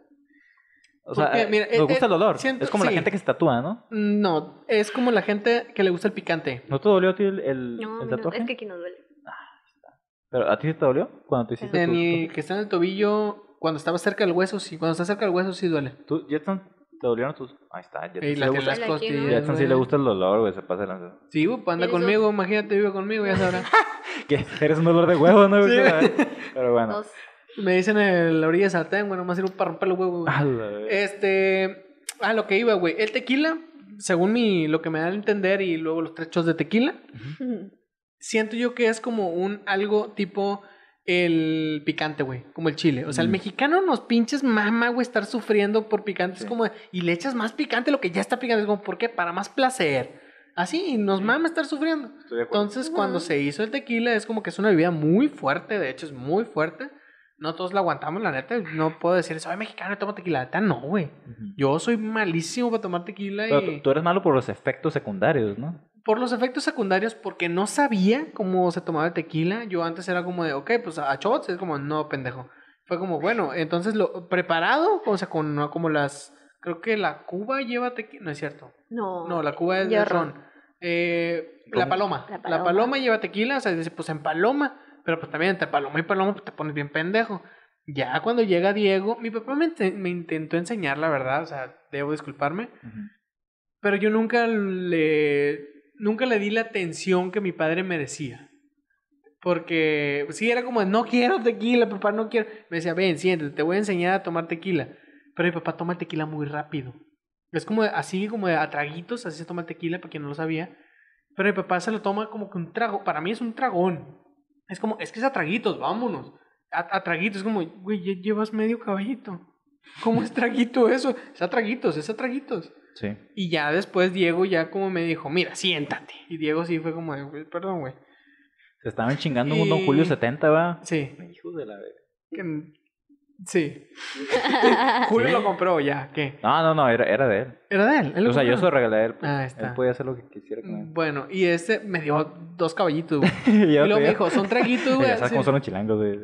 O sea,
Porque,
eh,
mira, eh,
nos gusta el
eh,
dolor.
siento-
es como la
sí.
gente que se tatúa, ¿no?
No, es como la gente que le gusta el picante.
¿No te dolió a ti el, el,
No,
el
a mí no,
tatuaje?
es que aquí no duele.
¿Pero a ti sí te dolió cuando te hiciste
En
tu-
el que está en el tobillo, cuando estaba cerca del hueso, sí. Cuando está cerca del hueso, sí duele.
tu- tú, Jetson, ¿Te dolieron tus...? Ahí está, ya
Y
sí
la tiene
le gusta,
las
La quiero.
costillas.
Ya
Jetson sí
güey.
le gusta el dolor, güey, se pasa de lanza.
Sí, güey, pues anda
Eres un-
conmigo, imagínate, vive conmigo, ya sabrá.
¿Qué? Eres un dolor de huevo, ¿no?
Sí.
Pero bueno.
Dos.
Me dicen en la orilla de sartén, güey, nomás sirve para romper los huevos, güey.
A la verga.
Este, a lo que iba, güey. El tequila, según mi, lo que me da a entender y luego los tres shots de tequila, siento yo que es como un algo tipo el picante, güey, como el chile. O sea, el
Mm.
mexicano nos pinches mama, güey, estar sufriendo por picante. Es
Sí.
como, y le echas más picante lo que ya está picante. Es como, ¿por qué? Para más placer. Así, y nos mama estar sufriendo.
Estoy de acuerdo.
Entonces, cuando
Ujú.
se hizo el tequila, es como que es una bebida muy fuerte, de hecho es muy fuerte. No todos la aguantamos, la neta. No puedo decir, soy mexicano y tomo tequila. La neta, no, güey.
Ujú.
Yo soy malísimo para tomar tequila
Pero
y
tú- tú eres malo por los efectos secundarios, ¿no?
por los efectos secundarios, porque no sabía cómo se tomaba el tequila. Yo antes era como de, ok, pues a shots, es como, no, pendejo. Fue como, bueno, entonces lo preparado, o sea, con no, como las, creo que la Cuba lleva tequila, no es cierto.
No.
No, la cuba es
Yo
de
ron.
ron. Eh,
Ron.
la paloma.
La
La
paloma.
paloma. lleva tequila, o sea, dice, pues en paloma. Pero pues también entre paloma y paloma pues, te pones bien pendejo. Ya cuando llega Diego, mi papá me, inte- me intentó enseñar, la verdad, o sea, debo disculparme. Pero yo nunca le, nunca le di la atención que mi padre merecía. Porque pues, sí, era como, no quiero tequila, papá, no quiero. Me decía, ven, siéntate, te voy a enseñar a tomar tequila. Pero mi papá toma el tequila muy rápido. Es como de- así, como de a traguitos, así se toma el tequila, para quien no lo sabía. Pero mi papá se lo toma como que un trago. Para mí es un tragón. Es como, es que es a traguitos, vámonos. A, a traguitos, es como, güey, ya llevas medio caballito. ¿Cómo es traguito eso? Es a traguitos, es a traguitos.
Sí.
Y ya después Diego ya como me dijo, mira, siéntate. Y Diego sí fue como, de, "Güey, perdón, güey.
Se estaban chingando un Don
Y-
Julio 70, ¿va?
Sí,
Hijo de la verga.
que- sí. Julio
Sí.
lo compró ya, ¿qué?
No, no, no, era, era de él.
Era de él. él lo
O sea, yo se
compró.
lo regalé a él. pues.
Ah, está.
Él podía hacer lo que quisiera con él.
Bueno, y este me dio dos caballitos, güey.
y
Y luego
yo te
me
digo,
dijo, son traguitos, güey.
ya sabes
Sí.
cómo son los chilangos, güey.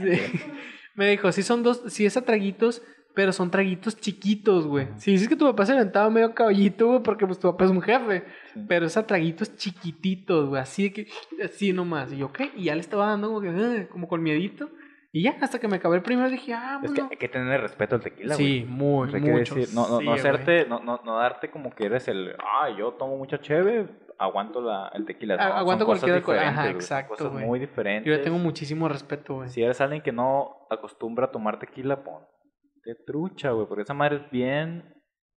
Sí. Me dijo, sí son dos, sí es a traguitos, pero son traguitos chiquitos, güey. Si dices que tu papá se aventaba medio caballito, güey, porque pues tu papá es un jefe.
Sí.
Pero es a traguitos chiquititos, güey. Así de que, así nomás. Y yo, ¿qué? Y ya le estaba dando como que, "Ah", como con miedito. Y ya, hasta que me acabé el primero, dije, ah,
Es
bueno.
que hay que tener respeto al tequila, güey. Pues,
sí, muy,
Hay que
mucho.
decir, no, no,
Sí,
no
güey.
hacerte, no, no, no darte como que eres el, ah, yo tomo mucha cheve, aguanto la, el tequila. No,
A-
son
aguanto
cosas
cualquier cosa.
diferentes,
Ajá,
güey, son
exacto,
Cosas
güey.
muy diferentes.
Yo le tengo muchísimo respeto, güey.
Si eres alguien que no acostumbra a tomar tequila, ponte trucha, güey, porque esa madre es bien,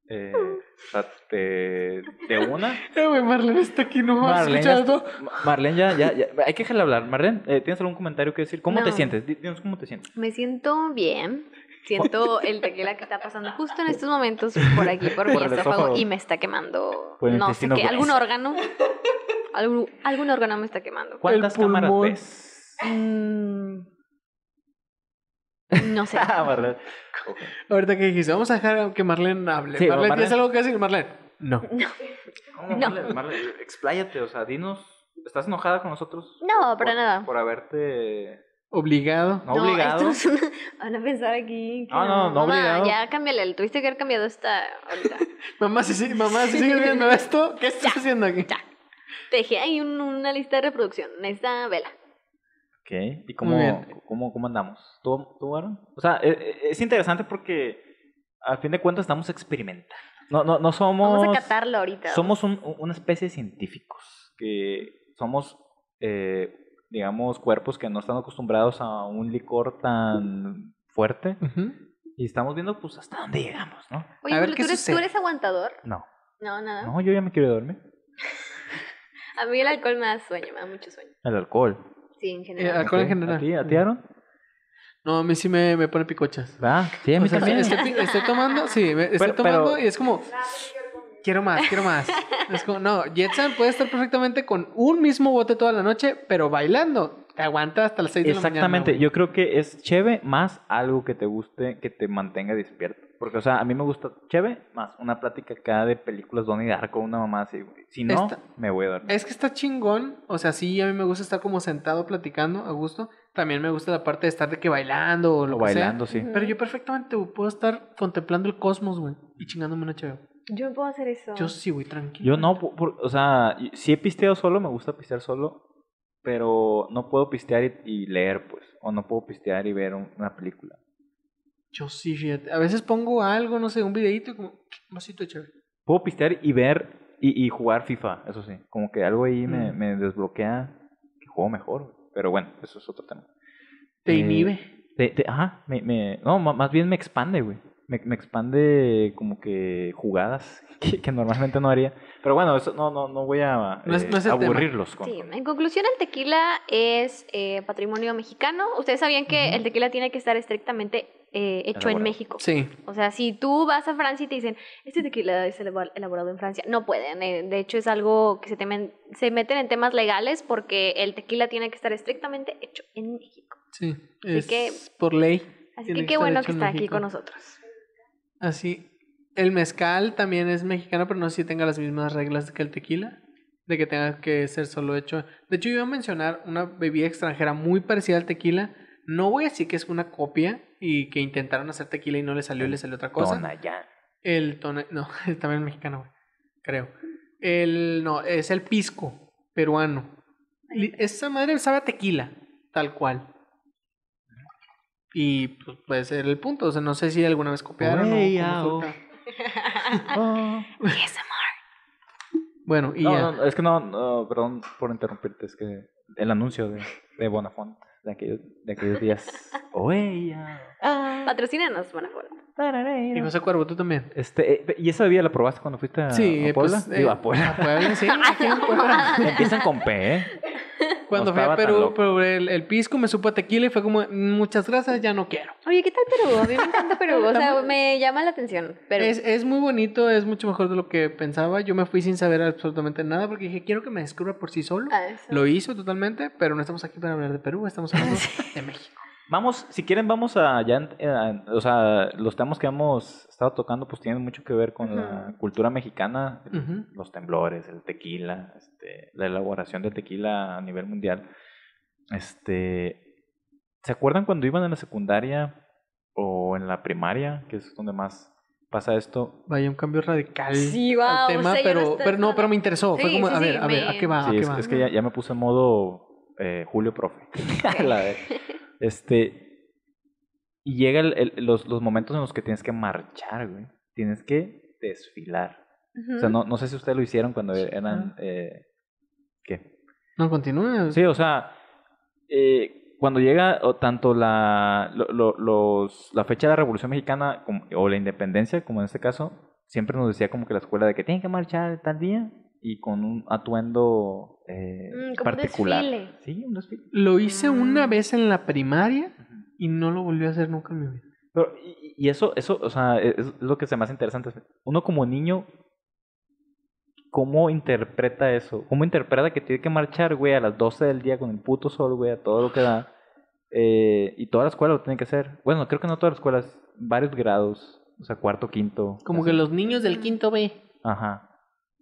eh, o sea, te- de una.
Eh, güey, Marlene está aquí nomás.
Marlene,
escuchando.
Ma- Marlene, ya, ya, ya, hay que dejarla hablar. Marlene, eh, ¿tienes algún comentario que decir? ¿Cómo te
No.
sientes? Di- Dinos cómo te sientes.
Me siento bien. Siento el tequila que está pasando justo en estos momentos por aquí, por mi
Por el
esófago,
esófago.
y me está quemando.
Por el
no sé
intestino
qué, algún
grueso.
órgano. Algún, algún órgano me está quemando.
¿Cuántas cámaras
pulmón.
ves?
Mm,
No sé.
Ah, Marlene. Ok.
ahorita que dijiste, vamos a dejar que Marlene hable.
Sí,
Marlene,
Marlene.
¿tienes algo que decir, Marlene? No.
No,
No.
Marle, Marle, expláyate, o sea, dinos. ¿Estás enojada con nosotros?
No,
Por-
para nada.
Por haberte.
Obligado.
No obligado.
esto es una- Van a pensar aquí. que
Ah, no, no
Mamá,
obligado.
Ya cámbiale, tuviste que haber cambiado esta ahorita.
Mamá, si, si- mamá, si sigues viendo esto, ¿qué estás
Ya,
haciendo aquí?
ya. Te dejé ahí un- una lista de reproducción. Esta vela.
Ok, ¿y cómo,
Muy bien.
cómo, cómo andamos? ¿Tú, tú Aaron? O sea, eh, eh, es interesante porque al fin de cuentas estamos experimentando. No, no, no somos.
Vamos a catarla ahorita.
Somos un- un- una especie de científicos, que somos, eh, digamos, cuerpos que no están acostumbrados a un licor tan fuerte y estamos viendo pues hasta dónde llegamos, ¿no?
Oye,
A ver
Julio,
qué
¿tú, eres, tú
sucede.
eres aguantador?
No,
No, nada.
no, yo ya me quiero dormir.
A mí el alcohol me da sueño, me da mucho sueño.
El alcohol.
Sí, en
Eh,
general.
alcohol en
Ok,
general.
¿A ti, a ti, Aaron?
No, a mí sí me, me pone picochas.
¿Va? Sí, a mí
O sea,
también.
Estoy, pi- estoy tomando, sí, me- estoy
Pero-
tomando
pero-
y es como, quiero más, quiero más. Es como, no, Jetson puede estar perfectamente con un mismo bote toda la noche, pero bailando. Te aguanta hasta las 6 de la mañana.
Exactamente,
güey.
yo creo que es cheve más algo que te guste, que te mantenga despierto. Porque, o sea, a mí me gusta cheve más una plática acá de películas Donnie Darko, una mamá así, güey. Si no,
Esta-
me voy a dormir.
Es que está chingón. O sea, sí, a mí me gusta estar como sentado platicando a gusto. También me gusta la parte de estar de que bailando o lo
O
que sea.
bailando, sí.
Ujú.
Pero yo perfectamente güey, puedo estar contemplando el cosmos, güey, y chingándome una chévere.
Yo no puedo hacer eso.
Yo sí, güey, tranquilo.
Yo no, por- por- o sea, y- si he pisteado solo, me gusta pistear solo, pero no puedo pistear y, y leer, pues, o no puedo pistear y ver un- una película.
Yo sí, fíjate. A veces pongo algo, no sé, un videito y como, un vasito de chévere.
Puedo pistear y ver y, y jugar FIFA, eso sí. Como que algo ahí me,
Mm.
me desbloquea que juego mejor. güey. Pero bueno, eso es otro tema.
Te
Eh,
inhibe.
Te- te- ajá, me, me- no, ma- más bien me expande, güey. Me, me expande como que jugadas que, que normalmente no haría. Pero bueno, eso no, no, no voy a
No es-
eh,
no es el tema.
aburrirlos con.
Sí,
con-
en conclusión, el tequila es eh, patrimonio mexicano. Ustedes sabían que
Ujú.
el tequila tiene que estar estrictamente eh, hecho
Elaborado.
en México.
Sí.
O sea, si tú vas a Francia y te dicen, este tequila es eleva- elaborado en Francia, no pueden. eh, De hecho, es algo que se, temen- se meten en temas legales porque el tequila tiene que estar estrictamente hecho en México.
Sí,
Así
es
que-
por ley. Tiene
Así que
que
qué
estar
bueno
hecho
que
en
está aquí
México.
con nosotros.
Así. El mezcal también es mexicano, pero no sé si tenga las mismas reglas que el tequila. De que tenga que ser solo hecho. De hecho, yo iba a mencionar una bebida extranjera muy parecida al tequila. No voy a decir que es una copia y que intentaron hacer tequila y no le salió y le salió otra cosa.
Tonayán.
El tono, no, es también mexicano, güey, creo. El, no, es el pisco peruano. Li- Esa madre sabe a tequila, tal cual. Y pues puede ser el punto, o sea, no sé si alguna vez copiaron o
Güey,
cómo
ah,
surta.
Ah.
Yes, amor.
Bueno, y
No,
ya.
no, no, es que no, no, perdón por interrumpirte, es que el anuncio de, de Bonafont de aquellos, de aquellos días. Oye, ya.
Ah. Patrocínanos, Manafort.
Y pues- José Cuervo, tú también.
Este, eh, ¿Y esa bebida la probaste cuando fuiste a,
Sí,
Ah, a Puebla?
pues, eh,
Digo, a Puebla.
a Puebla, sí, aquí en Puebla.
Empiezan con P, ¿eh?
Cuando
No
fui a
estaba tan
Perú,
loco.
probé el, el pisco, me supo a tequila y fue como, "Mm, muchas gracias, ya no quiero.
Oye, ¿qué tal Perú? A mí me encanta Perú. O sea, me llama la atención. Pero
Es, es muy bonito, es mucho mejor de lo que pensaba. Yo me fui sin saber absolutamente nada porque dije, quiero que me descubra por sí solo.
Ah, eso.
Lo hizo totalmente, pero no estamos aquí para hablar de Perú, estamos hablando de México.
Vamos, si quieren, vamos a ya, en- eh, o sea, los temas que hemos estado tocando pues tienen mucho que ver con la
Ujú.
cultura mexicana, el-
Ujú.
los temblores, el tequila, este, la elaboración del tequila a nivel mundial. Este, ¿se acuerdan cuando iban en la secundaria o en la primaria, que es donde más pasa esto?
Vaya, un cambio radical
Sí, wow,
al
o
tema,
sea, yo no
pero,
estoy-
pero no, pero me interesó. Fue
Sí,
como,
sí,
a
sí,
ver, a ver,
me-
¿a qué va? ¿A
sí,
Ah, qué
es,
va?
es que ya, ya me puse en modo eh, Julio Profe. La de- este. Y llega el- el- los, los momentos en los que tienes que marchar, güey. Tienes que desfilar. O sea, no, no sé si ustedes lo hicieron cuando
Sí,
eran.
claro.
eh, ¿Qué?
No, continúa.
Sí, o sea. eh, cuando llega o tanto la, lo- lo- los- la fecha de la Revolución Mexicana como- o la independencia, como en este caso, siempre nos decía como que la escuela de que tienen que marchar tal día y con un atuendo eh,
Mm, como un
particular.
desfile.
Sí, un desfile.
Lo hice una
Mm.
vez en la primaria y no lo volví a hacer nunca en mi vida.
Pero, y, y eso, eso, o sea, es, es lo que se me hace interesante. Uno como niño, ¿cómo interpreta eso? ¿Cómo interpreta que tiene que marchar, güey, a las 12 del día con el puto sol, güey, a todo lo que da? Eh, y toda la escuela lo tiene que hacer. Bueno, creo que no todas las escuelas, varios grados, o sea, cuarto, quinto.
Como
así.
que los niños del quinto B.
Ajá.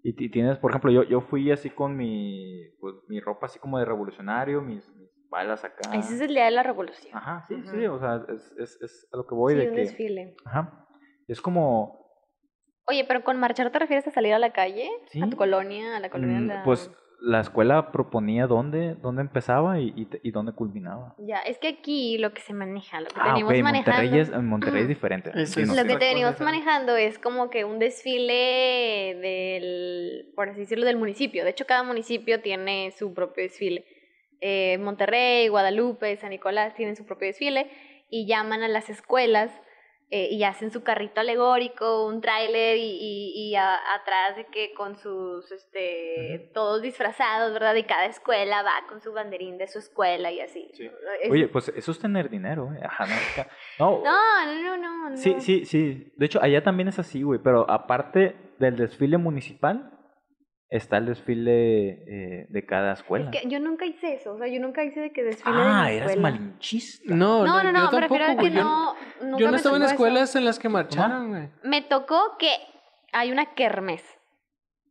Y, ti- tienes, por ejemplo, yo, yo fui así con mi, pues, mi ropa así como de revolucionario, mis, mis balas acá.
Ese es el día de la revolución.
Ajá, sí,
Ajá.
sí, o sea, es, es, es a lo que voy
sí,
Ah, de
un
que...
desfile.
Ajá. Es como.
Oye, pero con marchar te refieres a salir a la calle,
Sí.
a tu colonia, a la colonia. de
mm,
la-
Pues la escuela proponía dónde, dónde empezaba y, y te- y dónde culminaba.
Ya, es que aquí lo que se maneja, lo que
Ah,
venimos
ok,
manejando.
Monterrey es, en Monterrey es diferente.
Eso
Sí,
es
no
Lo
sé.
que
otra
te venimos
cosa.
manejando es como que un desfile del, por así decirlo, del municipio. De hecho, cada municipio tiene su propio desfile. Eh, Monterrey, Guadalupe, San Nicolás tienen su propio desfile y llaman a las escuelas eh, y hacen su carrito alegórico, un tráiler y, y- y a- atrás de que con sus, este, todos disfrazados, ¿verdad? Y cada escuela va con su banderín de su escuela y así.
Sí.
Es-
Oye, pues eso es tener dinero, ¿eh? Ajá, no, acá- no,
No, no, no, no.
Sí,
no.
sí, sí. De hecho, allá también es así, güey. Pero aparte del desfile municipal, está el desfile eh, de cada escuela.
Es que yo nunca hice eso, o sea, yo nunca hice de que desfile de
ah,
mi
eras
escuela.
malinchista.
No,
No, no, no,
yo
me refiero a
tampoco,
que
güey. Yo-
no, nunca
Yo no
me
estaba en
tocó eso.
escuelas en las que marcharon, güey.
Me tocó que hay una kermés.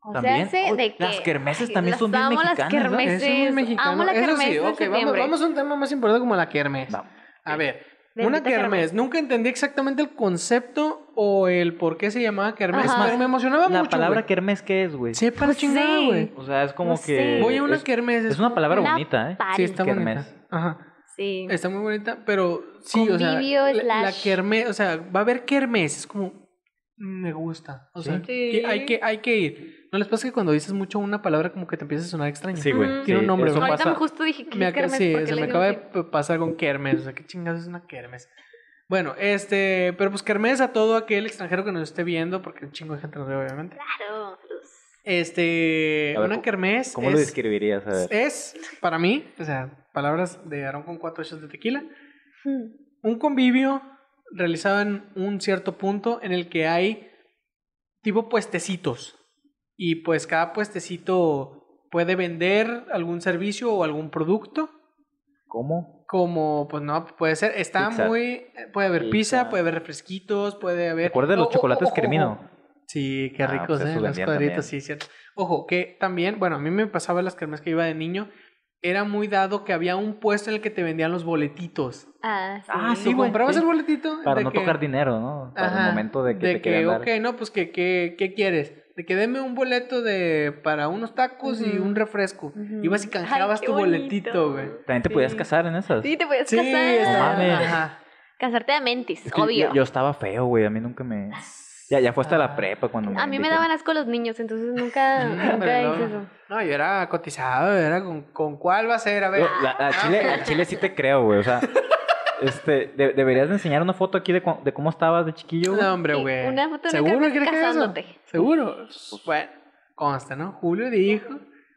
O sea,
También.
hace
Uy,
de que
las kermeses
Ay,
también
las
son bien
amo las
mexicanas, ¿verdad?
Eso
kermeses.
es muy mexicano.
Amo la
Eso
kermés.
sí,
de
ok, vamos,
septiembre.
vamos a un tema más importante como la kermés.
Vamos.
A ver, una
Bendita
kermés. Nunca entendí exactamente el concepto o el por qué se llamaba kermés,
Ajá.
pero me emocionaba
La
mucho.
palabra
güey.
kermés, ¿qué es, güey?
Sepa la
Pues
chingada,
sí.
güey.
O sea, es como
No
que.
sé.
Voy a una
Eh, es,
kermés. Ah,
es una palabra
Una
bonita, ¿eh?
party.
Sí, está
kermés.
bonita. Ajá.
Sí.
Está muy bonita, pero sí,
Convivio
o sea, la, la
slash-
kermés, o sea, va a haber kermés, es como mm, me gusta, o sea,
Sí.
que hay que hay que ir. ¿No les pasa que cuando dices mucho una palabra como que te empieza a sonar extraña?
Sí,
Ujú.
güey.
Tiene
sí,
un nombre,
eso
¿no?
Ahorita
pasa-
me justo dije que
Me
es
ac-
kermés.
sí,
¿por qué
se
le
me
dicen
acaba de
kermés?
p- pasar con kermes. O sea, qué chingados es una kermes. Bueno, este, pero pues kermes a todo aquel extranjero que nos esté viendo, porque un chingo de gente nos ve, obviamente.
Claro, saludos.
Este,
A ver,
una
¿cómo-
kermes
¿Cómo lo
es,
describirías? A ver.
es, para mí, o sea, palabras de Aarón con cuatro shots de tequila,
Hmm.
un convivio realizado en un cierto punto en el que hay tipo puestecitos y pues cada puestecito puede vender algún servicio o algún producto
¿Cómo?
como pues no puede ser está
Pizza.
muy eh, puede haber pizza,
Pizza.
puede haber refresquitos puede haber
¿Recuerdas de los
Oh, oh,
chocolates
oh, oh,
Cremino?
oh. sí qué
Ah,
ricos
pues,
eh
esos
los
vendían
cuadritos
también.
sí cierto ojo que también bueno a mí me pasaba las carnes que iba de niño era muy dado que había un puesto en el que te vendían los boletitos
Ah, sí.
Ah, sí,
tú
güey,
comprabas el boletito
Para
de
no
que-
tocar dinero, ¿no? Para
Ajá,
el momento de que te
que,
quieran dar.
ok, no, pues que, que, ¿qué quieres? De que deme un boleto de para unos tacos y
Ujú.
un refresco.
Ujú.
Ibas y
Ay,
canjeabas
qué
tu boletito,
bonito.
güey.
También te podías
Sí.
casar en esas.
Sí, te podías
Sí,
casar.
estaba-
mames.
ajá.
Casarte a mentis,
Es que yo-
obvio.
Yo, estaba feo, güey. A mí nunca me. Ya, ya fue hasta
Ah.
la prepa cuando me.
a mí me
dijeron.
daban asco los niños, entonces nunca,
Mm,
nunca
pero
hice
no,
eso.
no, yo era cotizado, era con, con cuál va a ser, a ver. Ah,
Yo, la- al chile, al chile sí te creo, güey. O sea, este, de- deberías de enseñar una foto aquí de, cu- de cómo estabas de chiquillo. güey.
No, hombre,
Sí,
güey.
una foto de
¿Seguro
Carmen
quieres que haga eso?
casándote.
¿Seguro?
Pues,
Bueno, consta, ¿no? Julio dijo,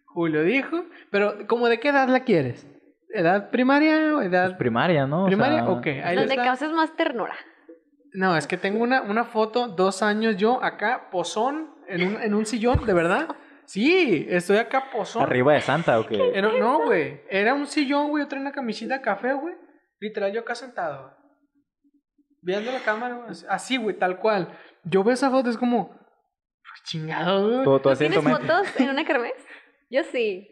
Julio dijo. Pero, ¿como de qué edad la quieres? ¿Edad primaria o edad...?
Pues primaria, ¿no? O
Primaria,
sea,
ok. Ahí
Donde
está.
causas más ternura.
No, es que tengo una, una foto, dos años yo acá, pozón, en un, en un sillón, ¿de verdad? Sí, estoy acá, pozón.
Arriba de Santa, ¿o qué?
Era- no, güey. Era un sillón, güey. Yo traía una camisita café, güey. Literal, yo acá sentado. güey. Viendo la cámara, güey, así, güey, tal cual. Yo veo esa foto, es como. pues, Chingado, güey.
Todo, todo
¿Tú
así en
¿Tienes
tu mente.
fotos en una kermés? Yo sí.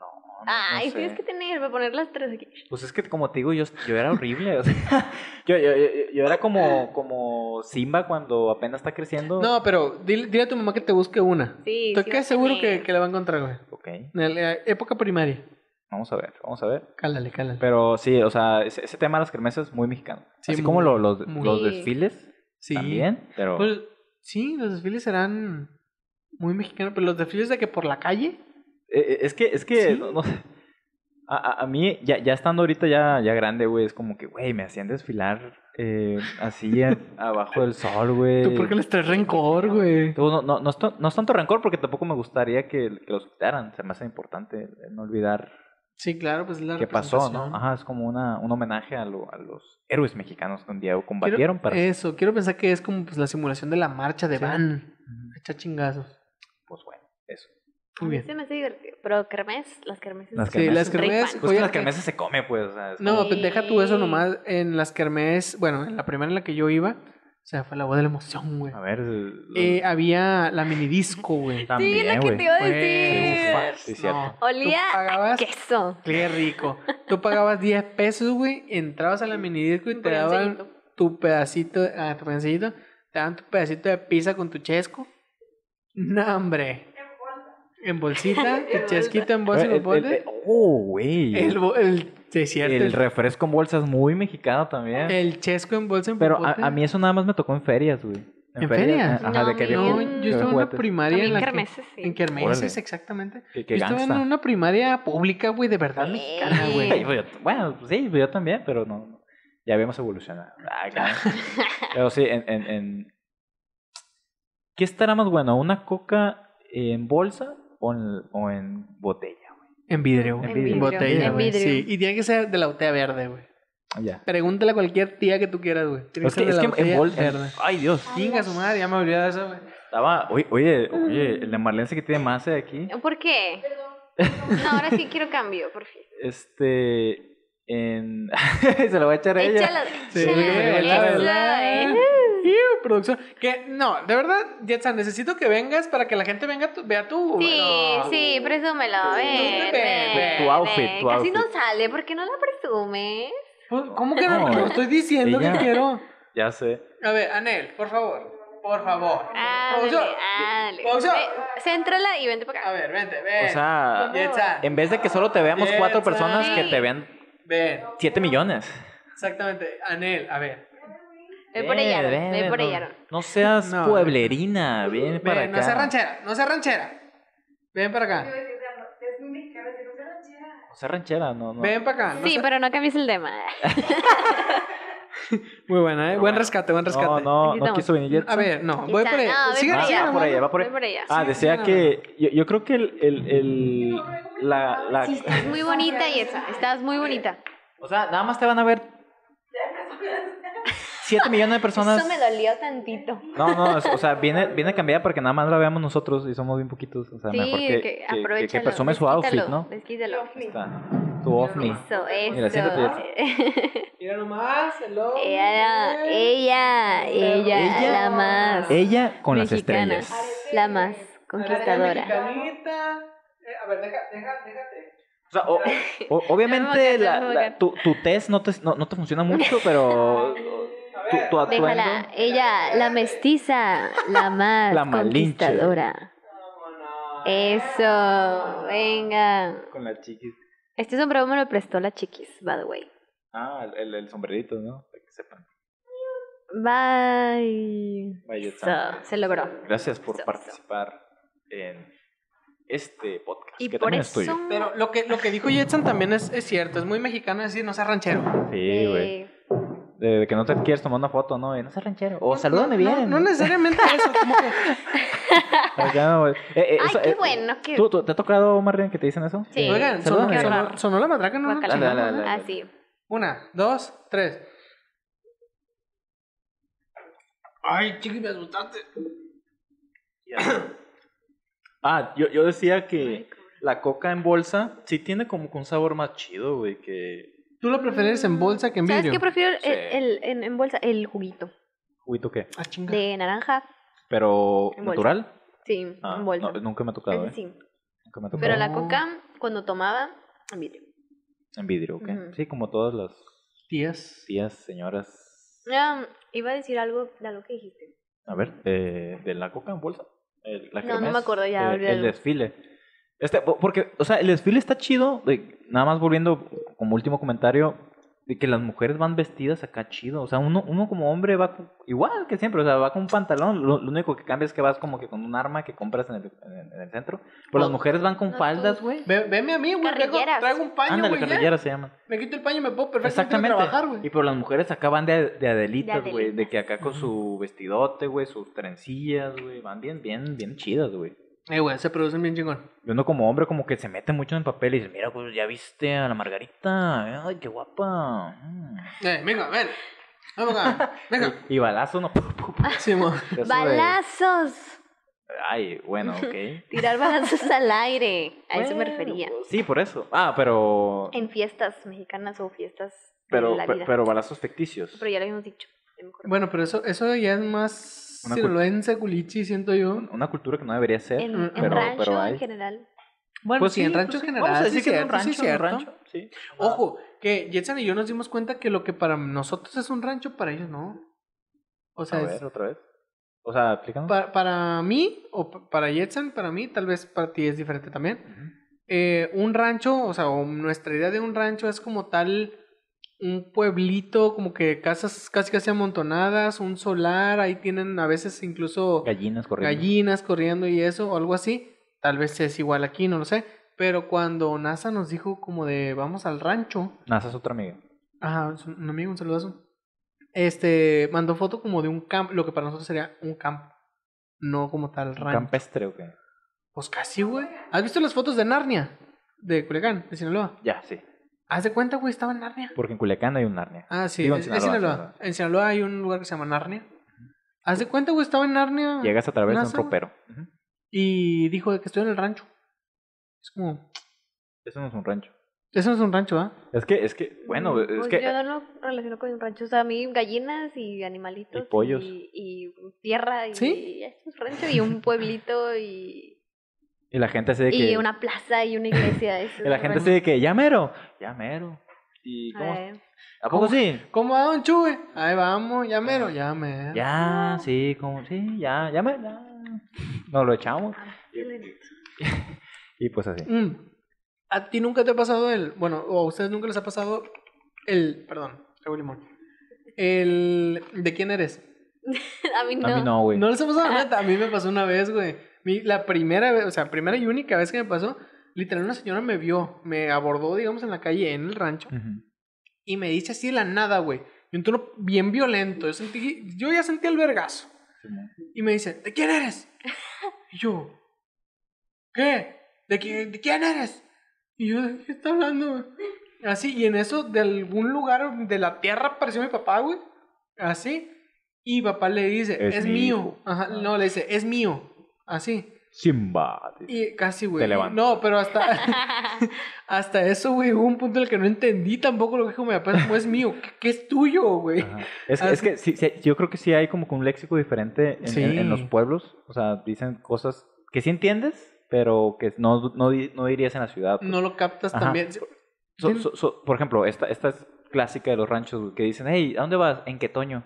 No, no
Ay,
sé.
tienes que tener, voy a poner las tres aquí.
Pues es que, como te digo, yo, yo era horrible. o sea, yo, yo, yo, yo era como, como Simba cuando apenas está creciendo.
No, pero dile, dile a tu mamá que te busque una.
Sí.
Estoy casi
sí vas a
seguro que,
tener.
que la va a encontrar, güey.
Ok,
En la época primaria.
vamos a ver, vamos a ver.
Cálale, cálale.
Pero sí, o sea, ese, ese tema de las kermeses es muy mexicano.
Sí,
Así
muy,
como lo- los,
muy.
los
Sí.
desfiles
sí.
también, pero...
Pues, sí, los desfiles serán muy mexicanos, pero los desfiles de que por la calle.
Eh, eh, Es que, es que,
Sí.
no, no sé. A, a- a mí, ya, ya estando ahorita ya, ya grande, güey, es como que, güey, me hacían desfilar eh, así en- abajo del sol, güey.
¿Tú por qué les traes rencor, güey?
Tú, no, no, no, es to- no es tanto rencor porque tampoco me gustaría que, que los quitaran. Se me hace importante eh, no olvidar
Sí, claro, pues es la
qué pasó, ¿no?
representación.
Ajá, es como una, un homenaje a, lo- a los héroes mexicanos que un día combatieron
Quiero- eh,
para...
Eso, quiero pensar que es como pues, la simulación de la marcha de
Sí.
van.
Ujú,
Echa chingazos.
Pues bueno, eso.
Muy
A mí se
bien.
me hace divertido. Pero kermés, las kermeses.
Las
Sí, las
kermeses.
kermés.
Pues
Ripan.
que
oye,
las kermeses se come, pues, o sea, es
eh, No,
como-
pues deja tú eso
Sí.
nomás. En las kermés, bueno, en la primera en la que yo iba, o sea, fue la voz de la emoción, güey.
A ver... el-
Eh, había la minidisco, güey.
también,
Sí, es la que
güey.
te iba a
Güey,
decir.
ufas,
Sí, cierto.
no.
Olía
Tú
a
pagabas-
queso.
Qué rico. Tú pagabas 10 pesos, güey, entrabas a la minidisco y
Un
te daban
pedancito.
tu pedacito, ah, tu pedacito, te daban tu pedacito de pizza con tu chesco. No, hombre. En bolsita,
En
tu chesquito en bolsa
Güey,
y
el-
con
el-
bote.
el- Oh, güey.
El,
El,
bo- el, sí, es cierto, el-
refresco en bolsa es muy mexicano también.
el chesco en bolsa en
Pero a,
popote.
a mí eso nada más me tocó en ferias, güey. Eh,
¿En ferias?
Ajá,
No,
de que había
a mí
No,
ju-
en-
yo
había
estuve en una
juguetes.
primaria
También
en la que-
kermeses, sí.
en kermeses,
Órale.
exactamente.
Que- que
Yo estuve en
gangsta.
una primaria pública, güey, de verdad
Sí.
mexicana, güey.
Sí, pues yo- bueno, pues sí, pues yo también, pero no. no. Ya habíamos evolucionado. Ah, claro. pero sí, en, en, en- ¿Qué estará más bueno? ¿Una coca en bolsa o en, o en botella? güey?
En vidrio,
En
güey.
vidrio.
botella,
En
güey.
vidrio.
Sí, y tiene que ser de la botella verde, güey.
Ya.
Pregúntale a cualquier tía que tú quieras, güey. Tiene
Es que,
ser de
es
la
que en
botella
bolsa.
verde.
Ay, Dios.
Chinga su madre, ya me olvidé de eso, güey.
Estaba, oye, oye, oye, el de Marlene que tiene más de aquí.
¿Por qué? No, ahora sí quiero cambio, por fin.
Este. En... se lo voy a echar a ella.
Échala,
Sí,
échala,
güey, la
eso,
verdad.
¿eh?
Iu, producción. Que no, de verdad, Jetsan, necesito que vengas para que la gente venga tu- vea tú.
Sí, sí, presúmelo. Ven,
Presúmeme,
ven,
tu-
tu outfit,
ven.
tu
Casi no
outfit.
sale, ¿por qué no la presumes?
Pues, ¿Cómo que no?
No.
Te lo estoy diciendo que
Ella-
quiero.
Ya sé.
A ver, Anel, por favor. Por favor.
Ándale,
Producción.
ándale.
Producción.
Ve, Céntrala y vente para
A
acá.
Eh,
ver, vente, ven.
O sea, em-
Jetsan.
en vez de que solo te veamos
Bien,
cuatro personas
sí.
que te vean
Ven,
7 millones.
exactamente. Anel, a ver.
Ve por ella, Aaron,
ven,
ve
ven,
por
no-
ella, Aaron.
No seas
No.
pueblerina, ven
Ven,
para
no seas
acá.
ranchera, no seas ranchera. Ven para acá.
No seas ranchera, no, no.
Ven para acá. Ah, no
Sí,
seas-
pero no cambies el tema.
Muy buena, ¿eh? Buen
Pero bueno.
rescate, buen rescate.
No, no,
Aquí
no
estamos.
quiso venir Jetson.
A ver, no,
Aquí
voy
está.
por ella.
No, ve
Sigue
por
Ah,
haciendo,
ella,
va por
hermano.
allá, va por
Ve
allá.
por allá.
Ah, decía que. Yo, yo creo que el. el, el- la, la-
Sí, estás muy bonita, Yetza. Estás muy bonita.
o sea, nada más te van a ver. 7 millones de personas.
Eso me dolió tantito.
No, no, es- o sea, viene, viene cambiada porque nada más la veamos nosotros y somos bien poquitos. O sea,
Sí,
mejor
que,
que, que, que, que
aprovechalo,
presume su outfit,
desquítalo,
¿no?
Desquítalo.
Está, tu ovni.
Eso,
Mira, siéntate,
eso.
Mira nomás, el hombre.
ella, ella, ella,
Ella-
la más.
Ella con
mexicana,
las estrellas.
La más conquistadora.
Mexicanita. Eh, a ver, deja, deja, déjate.
O sea, o- o-
Ya
obviamente
me voy a
la-
cansar, me voy a
la-
cansar.
tu, tu test no te, no, no te funciona mucho, pero tu, tu atuendo...
Déjala, ella, la mestiza, la más
La malinche.
conquistadora. Eso, venga.
Con la chiquis.
Este sombrero me lo prestó la chiquis, by the way.
Ah, el, el sombrerito, ¿no? Para que sepan.
Bye.
Vaya,
So, se logró.
Gracias por
So, so.
participar en este podcast.
Y
que
por
también
eso.
es tuyo.
Pero lo que, lo que dijo Jetson también es, es cierto, es muy mexicano decir no seas ranchero.
Sí, güey.
eh,
De, de que no te quieres tomar una foto, ¿no? Y no seas ranchero. O Oh,
No,
salúdame bien.
No, necesariamente eso, como que
Acá, güey. Eh, eh,
Ay,
eso,
qué
eh,
bueno. Qué...
¿tú, tú- te ha tocado, Marlene, que te dicen eso? Eh,
Sí.
Oigan, sonó,
salúdame.
qué
sonó-
raro.
sonó la matraca, ¿no?
Guacala.
Dale, dale, dale, dale.
Ah, sí.
Una, dos, tres. Ay, chiqui, me asustaste.
Ah, yo, yo decía que la coca en bolsa sí tiene como que un sabor más chido, güey, que
¿Tú lo prefieres en bolsa que en
¿Sabes
vidrio?
qué prefiero el-
Sí.
el- en, en bolsa? El juguito
juguito qué.
Ah, chinga.
de naranja.
Pero
En bolsa.
natural.
Sí,
Ah,
en bolsa.
no, nunca me ha tocado,
Ese
¿eh?
sí.
Nunca me ha tocado.
Pero la
No.
coca, cuando tomaba, ah, en vidrio.
En vidrio, ¿ok?
Ujú.
Sí, como todas las
Tías.
tías, señoras.
Ah, iba a decir algo de algo que dijiste.
A ver, eh, de la coca en bolsa. El- la
No, no
kermés,
me acuerdo, ya,
eh, El
olvídalo.
desfile. Este, po- porque, o sea, el desfile está chido. de- nada más volviendo como último comentario, de que las mujeres van vestidas acá chido. O sea, uno, uno como hombre va con- igual que siempre, o sea, va con un pantalón. Lo, lo único que cambia es que vas como que con un arma que compras en el, en- en el centro. Pero las
No,
mujeres van con
no, pues,
faldas,
tú.
güey.
Ve- Veme a mí, güey. Traigo,
Carrilleras.
traigo un paño,
Ándale,
güey. ya.
carrilleras se llaman.
Me quito el paño y me puedo perfectamente ir a
Exactamente.
trabajar, güey.
Y pero las mujeres acá van de, de adelitas,
De
güey. De
adelitas.
que acá con su vestidote, güey, sus trencillas, güey. Van bien, bien, bien chidas, güey.
Eh, güey, se producen bien chingón.
Y uno como hombre como que se mete mucho en el papel y dice, mira, güey, ya viste a la Margarita. Ay, qué guapa. Mm".
Eh, venga, ven. Vamos acá. Venga.
Y balazo, no.
Sí, mo.
Eso de-
¡Balazos!
Ay, bueno, ok.
Tirar balazos al aire. A eso me
Bueno,
refería.
Sí, por eso. Ah, pero...
En fiestas mexicanas o fiestas
Pero,
de la
pe-
vida.
pero balazos ficticios.
Pero ya lo habíamos dicho. ya me acuerdo.
Bueno, pero eso, eso ya es más
Una cul-
sinaloense, culichi, siento yo.
Una cultura que no debería ser.
en, en
pero-
rancho,
Mm, pero hay.
en general.
Bueno, Pues sí, en rancho en
sí.
general.
Vamos a
sí
decir que es un
cierto, sí
rancho, es un
cierto.
rancho, sí.
Ojo, que Jetson y yo nos dimos cuenta que lo que para nosotros es un rancho, para ellos no. O sea,
A
es-
ver, otra vez. O sea, explícanos.
Pues, pa- para, mí, o pa- para Jetson, para mí, tal vez para ti es diferente también.
Ujú.
eh, un rancho, o sea, o nuestra idea de un rancho es como tal un pueblito, como que casas casi casi amontonadas, un solar, ahí tienen a veces incluso
Gallinas corriendo.
gallinas corriendo y eso, o algo así. Tal vez es igual aquí, no lo sé. Pero cuando NASA nos dijo como de vamos al rancho,
NASA es otra amiga.
ajá, es un un amigo, un saludazo. Este, mandó foto como de un campo, lo que para nosotros sería un campo, no como tal
Un
rancho.
Campestre o qué.
Pues casi, güey. ¿Has visto las fotos de Narnia? De Culiacán, de Sinaloa.
Ya, sí.
Haz de cuenta, güey, estaba en Narnia.
Porque en Culiacán hay un Narnia.
Ah, sí,
Digo, en
es, es
Sinaloa,
Sinaloa.
Sinaloa.
En Sinaloa hay un lugar que se llama Narnia. Haz de cuenta, güey, estaba en Narnia
Llegas a través de un
Ah, NASA.
ropero. Ujú.
y dijo de que estoy en el rancho. Es como,
Eso no es un rancho.
eso no es un rancho, ¿ah?
Es que, es que, bueno, es
Pues
que
Yo no lo relaciono con ranchos. O sea, a mí gallinas y animalitos.
Y pollos.
Y, y tierra. Y,
¿Sí?
y es un rancho y un pueblito y,
y la gente así de
y
que
una plaza y una iglesia. eso
y
es
la
un
gente así
rancho.
de que ya mero, ya mero. ¿Y cómo?
Eh,
¿A poco
¿Cómo?
sí?
¿Cómo va, don Chuy? Ahí vamos, ya mero, ya mero.
Ya, sí, como sí, ya, ya mero. ya. Nos lo echamos
ah, qué bonito.
y pues así.
Mm. ¿A ti nunca te ha pasado el, bueno, o a ustedes nunca les ha pasado el, perdón, traigo limón, el, ¿de quién eres?
A mí no.
A mí no, güey.
No les ha pasado neta, a mí me pasó una vez, güey. Mi- La primera vez, o sea, primera y única vez que me pasó, literal una señora me vio, me abordó, digamos, en la calle, en el rancho,
Ujú.
y me dice así de la nada, güey, y un tono bien violento, yo sentí, yo ya sentí el vergazo.
Simón.
Y me dice, ¿de quién eres? Y yo, ¿qué? ¿De, qui- de quién eres? Y yo, ¿de qué está hablando? güey?" Así, y en eso, de algún lugar de la tierra apareció mi papá, güey. Así. Y papá le dice, es,
Es mi
mío.
hijo. Ah.
Ajá, no, le dice, es mío. Así.
Simba.
Y casi, güey.
Te levanta.
No, pero hasta,
Ah,
hasta eso, güey, hubo un punto en el que no entendí tampoco lo que dijo mi papá. como, es mío. ¿Qué, qué es tuyo, güey?
Ajá. Es,
Ah,
es que sí, sí, yo creo que sí hay como que un léxico diferente en, en- en los
Sí.
pueblos. O sea, dicen cosas que sí entiendes, pero que no, no, di- no dirías en la ciudad. pues.
No lo captas
Ajá.
también.
So- so- so- por ejemplo, esta, esta es clásica de los ranchos güey, que dicen, hey, ¿a dónde vas? ¿En qué Toño?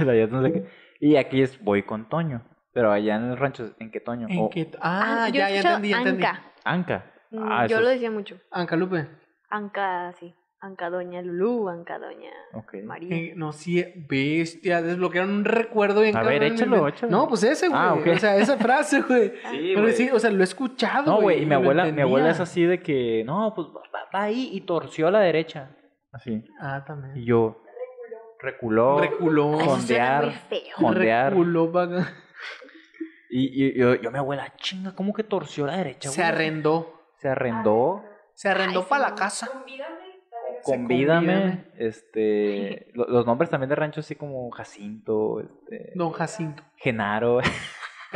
Allá no sé qué. Y aquí es, voy con Toño. Pero allá en el rancho es, ¿en qué Toño?
¿En
o
qué-
Ah,
Ah,
yo
ya,
he
ya
escuchado
entendí, ya entendí.
Anca.
Anca.
Mm,
Ah,
yo
eso
lo
es-
decía mucho.
Ancalupe.
Anca, sí. Anca Doña Lulú, Anca Doña
ok.
María.
Eh, no, sí, bestia. Desbloquearon un recuerdo bien
A ver,
cabrón en mi
échalo,
mente.
échalo.
No, pues ese, güey.
Ah, ok.
O sea, esa frase, güey.
Sí,
Pero sí, o sea, lo he escuchado.
No, güey, y mi
lo
abuela, mi abuela es
entendía.
así de que, no, pues va, va- va ahí y torció a la derecha. Así.
Ah, también.
Y yo, reculó,
Reculó.
Ay, eso suena muy
Fondear.
feo.
jondear.
Reculó, vaga.
Y, y- yo, yo, mi abuela, chinga, ¿cómo que torció la derecha?
Se
güey?"
arrendó.
Se arrendó.
Se arrendó
Ay,
para la
sí.
casa.
Convídame,
convídame.
este, lo- los nombres también de rancho así como Jacinto, este,
Don Jacinto.
Genaro,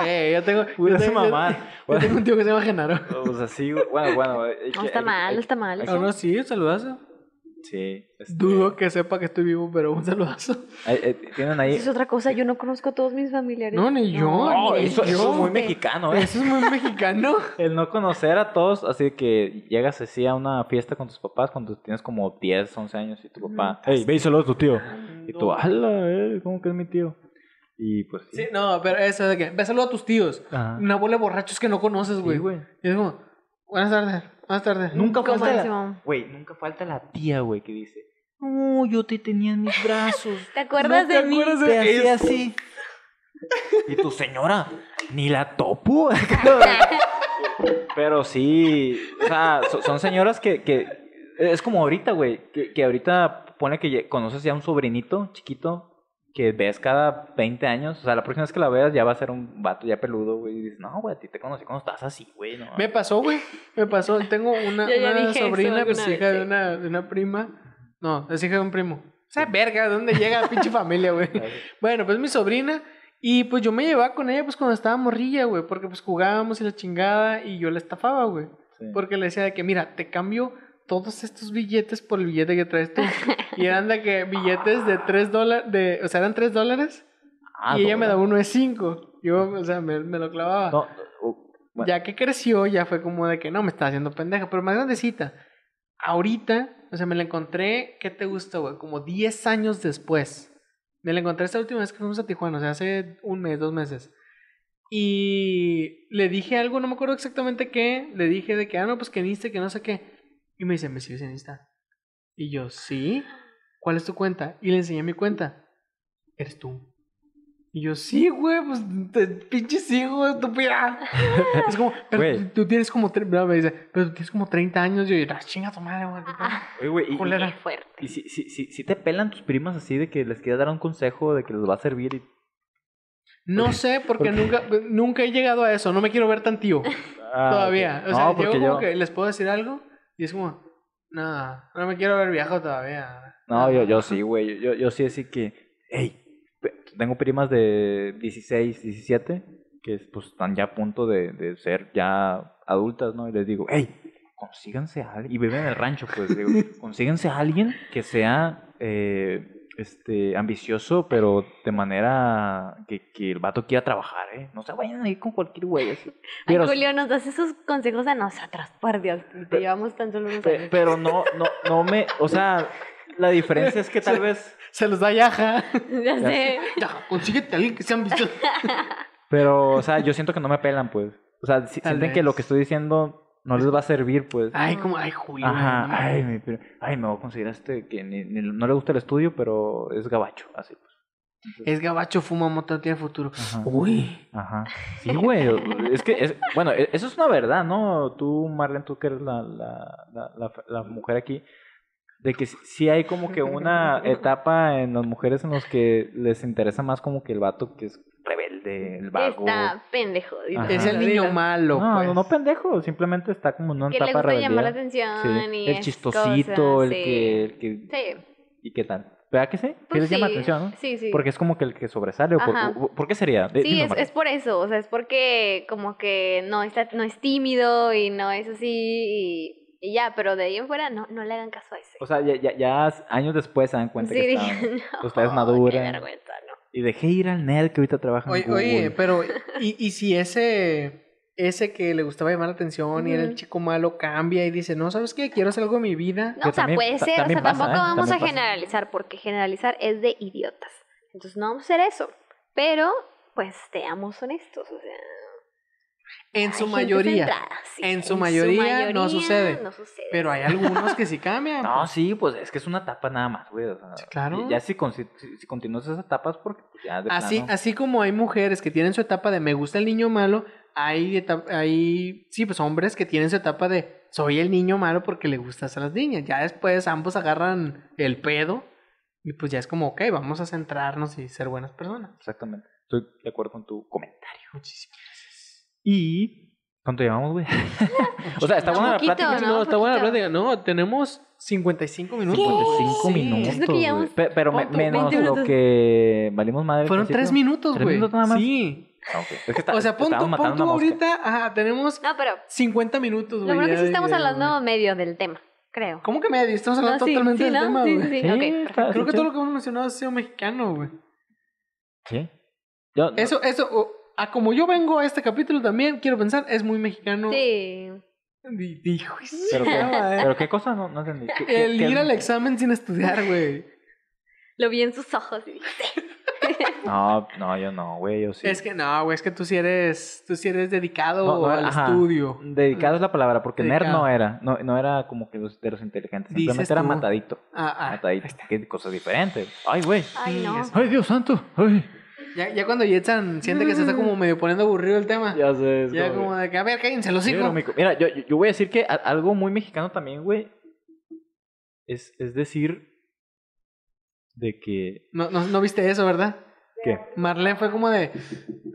Eh, yo tengo. yo
pura esa
tengo- yo-
mamá.
Yo tengo
Bueno,
un tío que se llama Genaro.
pues así, bueno, bueno. eh, hay
No
que-
está
hay-
mal,
hay-
no está mal.
hay-
No, no, sí, un saludazo.
Sí. este,
Dudo que sepa que estoy vivo, pero un saludazo.
hay- hay- tienen
Eso
ahí.
es otra cosa, yo no conozco a todos mis familiares.
No, ni yo,
No,
ni
eso, eso es muy
Este,
mexicano, ¿eh?
Eso es muy mexicano.
El no conocer a todos, así que llegas así a una fiesta con tus papás cuando tienes como 10, 11 años y tu papá, hey, ve y saluda a tu tío. Y tú, ala, eh, ¿cómo que es mi tío? Y pues sí.
Sí, no, pero eso de que. Ve saludo a tus tíos.
Ajá.
Una bola de borrachos que no conoces, güey.
Sí, güey.
y es como, buenas tardes, buenas tardes.
Nunca
¿Cómo
falta
se llama?
la... Güey, nunca falta la tía, güey, que dice, no, yo te tenía en mis brazos.
¿Te acuerdas
¿No te
de mí?
acuerdas de
Te hacía
así. Y tu señora, ni la topo. Pero sí, o sea, so- son señoras que, que es como ahorita, güey, que, que ahorita pone que lle- conoces ya un sobrinito chiquito que ves cada 20 años, o sea, la próxima vez que la veas ya va a ser un vato ya peludo, güey, y dices, no, güey, a ti te conocí cuando estás así, güey, no.
Me pasó, güey. Me pasó. Tengo una,
Yo ya
una
dije eso
sobrina que es
alguna
hija
vez,
de
sí.
una, de una prima. No, es hija de un primo. O sea, verga, ¿dónde llega la pinche familia, güey? Bueno, pues mi sobrina. Y pues yo me llevaba con ella pues cuando estaba morrilla, güey. Porque pues jugábamos y la chingada y yo la estafaba, güey.
Sí.
Porque le decía de que, mira, te cambio todos estos billetes por el billete que traes tú. Y eran de que billetes de 3 dólares, de, o sea, eran 3 dólares.
Ah,
y ella
no,
me da
no,
uno de 5. Yo, o sea, me, me lo clavaba.
no, uh, bueno.
Ya que creció, ya fue como de que no, me está haciendo pendeja, pero más grandecita. Ahorita, o sea, me la encontré, ¿qué te gusta, güey? Como 10 años después. Me la encontré esta última vez que fuimos a Tijuana, o sea, hace un mes, dos meses. Y le dije algo, no me acuerdo exactamente qué. Le dije de que, ah, no, pues que en Insta, que no sé qué. Y me dice, ¿me sigues en Insta? Y yo, ¿sí? ¿Cuál es tu cuenta? Y le enseñé mi cuenta. Eres tú. Y yo, sí, güey, pues, te, pinche sí, güey, estúpida. es como, pero
Güey.
tú- tú tienes como, tre- no, me dice, pero tú tienes como 30 años. Y yo, ah, chinga tu madre, güey. qué pedo".
Oye, güey, y- y-
Culera.
Qué fuerte.
Y si, si, si, si te pelan tus primas así de que les quieres dar un consejo de que les va a servir y...
No sé, porque
¿Por qué?
nunca, nunca he llegado a eso. No me quiero ver tan tío. todavía. O sea,
Ah, no,
yo
porque
como
yo...
que les puedo decir algo y es como, no, no me quiero ver viejo todavía.
No, yo, yo sí, güey. Yo, yo sí así que... Hey, tengo primas de 16, 17 que pues están ya a punto de, de ser ya adultas, ¿no? Y les digo, hey, consíganse a alguien... Y viven en el rancho, pues. digo, consíganse a alguien que sea... eh, este, ambicioso, pero de manera que, que el vato quiera trabajar, ¿eh? No se vayan a ir con cualquier güey así.
Ay,
Pero-
Julio, nos das esos consejos a nosotros, por Dios. y Te llevamos tan solo unos
Pe-
años.
pero no, no, no me, o sea, la diferencia es que tal vez,
Se los da Yaja.
Ya sé.
Ya, consíguete a alguien que sea ambicioso.
pero, o sea, yo siento que no me pelan, pues. O sea, si-
Tal
sienten que
vez.
lo que estoy diciendo no les va a servir, pues.
Ay, como, ay, Julio.
Ajá,
no mames.
ay, mi pri- ay, me voy a conseguir a este que ni- ni- no le gusta el estudio, pero es gabacho, así pues.
Es gabacho, fuma mota, no tiene futuro.
Ajá.
Uy.
Ajá. Sí, güey. Es que, es, bueno, e- eso es una verdad, ¿no? Tú, Marlene, tú que eres la, la, la, la, la mujer aquí, de que sí- sí hay como que una etapa en las mujeres en las que les interesa más como que el vato que es rebelde, el vago.
Está pendejo. dice.
Ajá.
Es el niño malo,
No,
pues.
no, no pendejo, simplemente está como en una
Que le
etapa
gusta llamar la
rebelde.
atención y
el
esas
chistosito,
cosas,
el,
sí.
que, el que...
Sí,
¿Y qué tal? ¿Verdad que sí? Sí
pues
les llama
sí,
atención, ¿no?
Sí, sí.
Porque es como que el que sobresale. ¿o por,
Ajá.
o- por qué sería? D-
Sí,
dinos,
es,
Marlene.
es por eso, o sea, es porque como que no está, no es tímido y no es así y, y ya, pero de ahí en fuera no, no le hagan caso a ese.
O sea, ya, ya, ya s- años después se dan Pues,
Pues
cuenta
sí,
que pues,
dije,
estaban-
no,
ustedes
Qué
maduran.
vergüenza, no.
Y dejé ir al Ned que ahorita trabaja en
Oye,
Google.
oye, pero y, y si ese ese que le gustaba llamar la atención y era el
Ujú.
chico malo cambia y dice, "No, ¿sabes qué? Quiero hacer algo de mi vida."
No, o sea,
también-
puede
ta-
ser, o
también
sea,
pasa,
tampoco
¿eh?
vamos a
También pasa.
generalizar, porque generalizar es de idiotas. Entonces no vamos a hacer eso, pero pues seamos honestos, o sea,
En su
hay gente
mayoría,
centrada, sí,
En su mayoría no
mayoría
sucede,
no sucede.
pero hay algunos que sí cambian.
No, sí, pues es que es una etapa nada más, güey. o sea,
Sí, claro.
Ya si, consi- si, si continúas esas etapas, porque pues, ya de
así
plano-
así como hay mujeres que tienen su etapa de me gusta el niño malo, hay eta- hay sí, pues hombres que tienen su etapa de soy el niño malo porque le gustas a las niñas. Ya después ambos agarran el pedo y pues ya es como, ok, vamos a centrarnos y ser buenas personas."
Exactamente. Estoy de acuerdo con tu comentario.
Muchísimas gracias.
Y... ¿Cuánto llevamos, güey? o sea, está buena la
Poquito,
plática.
No,
¿no?
está buena la
Poquito.
plática. No, tenemos 55 minutos.
55
Sí.
minutos,
Es lo que
güey.
llevamos.
Pe- Pero me-
¿Cuánto?
menos
20
lo
minutos.
que valimos madre. al
Fueron
principio.
3 minutos,
¿Tres
güey.
minutos nada más?
Sí.
Ah, ok. Es que está-
O sea, pon tú,
estábamos
pon
matando
tú
una mosca.
ahorita. Ajá, tenemos
No, pero
50 minutos,
lo
güey.
bueno que
ya
sí
de
estamos
video,
hablando
güey.
medio del tema, creo.
¿Cómo que medio? Estamos hablando
No, sí,
totalmente
sí,
del
¿no?
tema,
Sí,
güey.
sí,
Sí,
ok,
está-
Creo que
sí,
todo lo que hemos mencionado ha sido mexicano, güey.
Sí. Yo-
Eso, eso. o- a como yo vengo a este capítulo también, quiero pensar, es muy mexicano.
Sí.
Di- Dijo. y sí,
¿Pero qué?
madre.
¿Pero qué cosa? No, no entendí. ¿Qué- qué-
El
qué-
ir al examen sin estudiar, güey.
Lo vi en sus ojos y dije,
No, no, yo no, güey, yo sí.
Es que no, güey, es que tú sí eres, tú sí eres dedicado
No, no,
al
ajá.
estudio.
Dedicado es la palabra, porque nerd
Dedicado.
no era. No, no era como que los, de los inteligentes.
Dices
Simplemente era
tú.
matadito.
Ah, ah.
matadito. Que cosas diferentes. Ay, güey.
ay
Sí,
no.
es-
Ay, Dios santo. Ay.
Ya, ya cuando Jetsan siente que se
Mm.
está como medio poniendo aburrido el tema. Ya,
Ya sé. es
como de que, a ver, cállense los
Sí,
hijos.
Romico. Mira, yo, yo- yo voy a decir que a- algo muy mexicano también, güey. Es, es decir. De que.
No, no, no viste eso, ¿verdad?
¿Qué?
Marlene fue como de,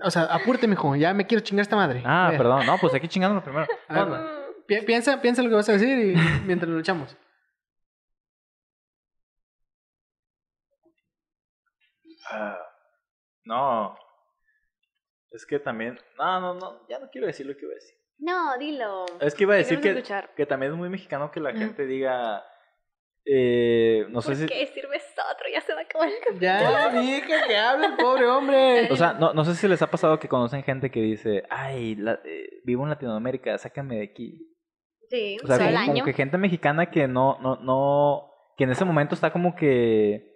o sea, apúrate, mijo, ya me quiero chingar esta madre.
Ah,
Mira,
perdón. No, pues hay que chingarnos primero.
A ver,
No, no.
Mm,
pi- piensa, piensa lo que vas a decir y mientras lo echamos.
Ah, No. Es que también. No, no, no. Ya no quiero decir lo que iba a decir.
No, dilo.
Es que iba a decir
Queremos
que,
escuchar.
que también es muy mexicano que la
Ajá.
gente diga. eh, no sé
¿Por
si.
qué sirves otro? Ya se va a acabar el capítulo.
Ya dije que hable el pobre hombre.
O sea, no, no sé si les ha pasado que conocen gente que dice, ay, la- eh, vivo en Latinoamérica, sácame de aquí.
Sí,
O sea,
todo el
como, como
año.
que gente mexicana que no, no, no, que en ese momento está como que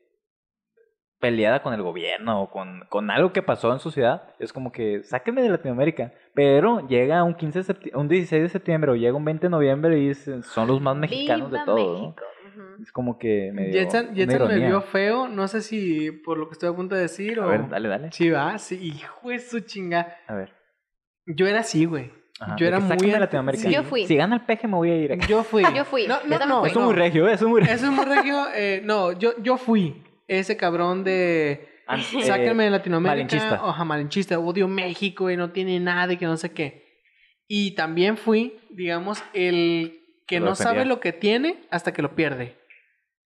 peleada con el gobierno o con, con algo que pasó en su ciudad. Es como que, sáquenme de Latinoamérica. Pero llega un 15 de septi- un 16 de septiembre o llega un 20 de noviembre y dicen, son los más mexicanos
Viva
de todos. ¿no?
México. ujú.
Es como que medio
Jetsan,
una
Jetsan me
ironía.
vio feo, no sé si por lo que estoy a punto de decir
A
o...
ver, dale, dale.
Sí, va, sí, hijo de su chinga.
A ver.
Yo era así, güey.
Ajá,
Yo
de
era
que
muy
sáquenme de
anti-
Latinoamérica.
sí.
Yo fui.
Si gana el peje me voy a ir aquí.
Yo fui.
Ah, Yo fui,
No,
yo
no,
también
no,
fui.
Eso es muy
no.
regio, eh, eso es muy regio.
Eso es muy regio. eh, no, yo, yo fui ese cabrón de.
Ah, eh,
Sáquenme de Latinoamérica.
malinchista.
Oja, malinchista. Odio México y no tiene nada y que no sé qué. Y también fui, digamos, el que
Lo
no
defendía.
sabe lo que tiene hasta que lo pierde.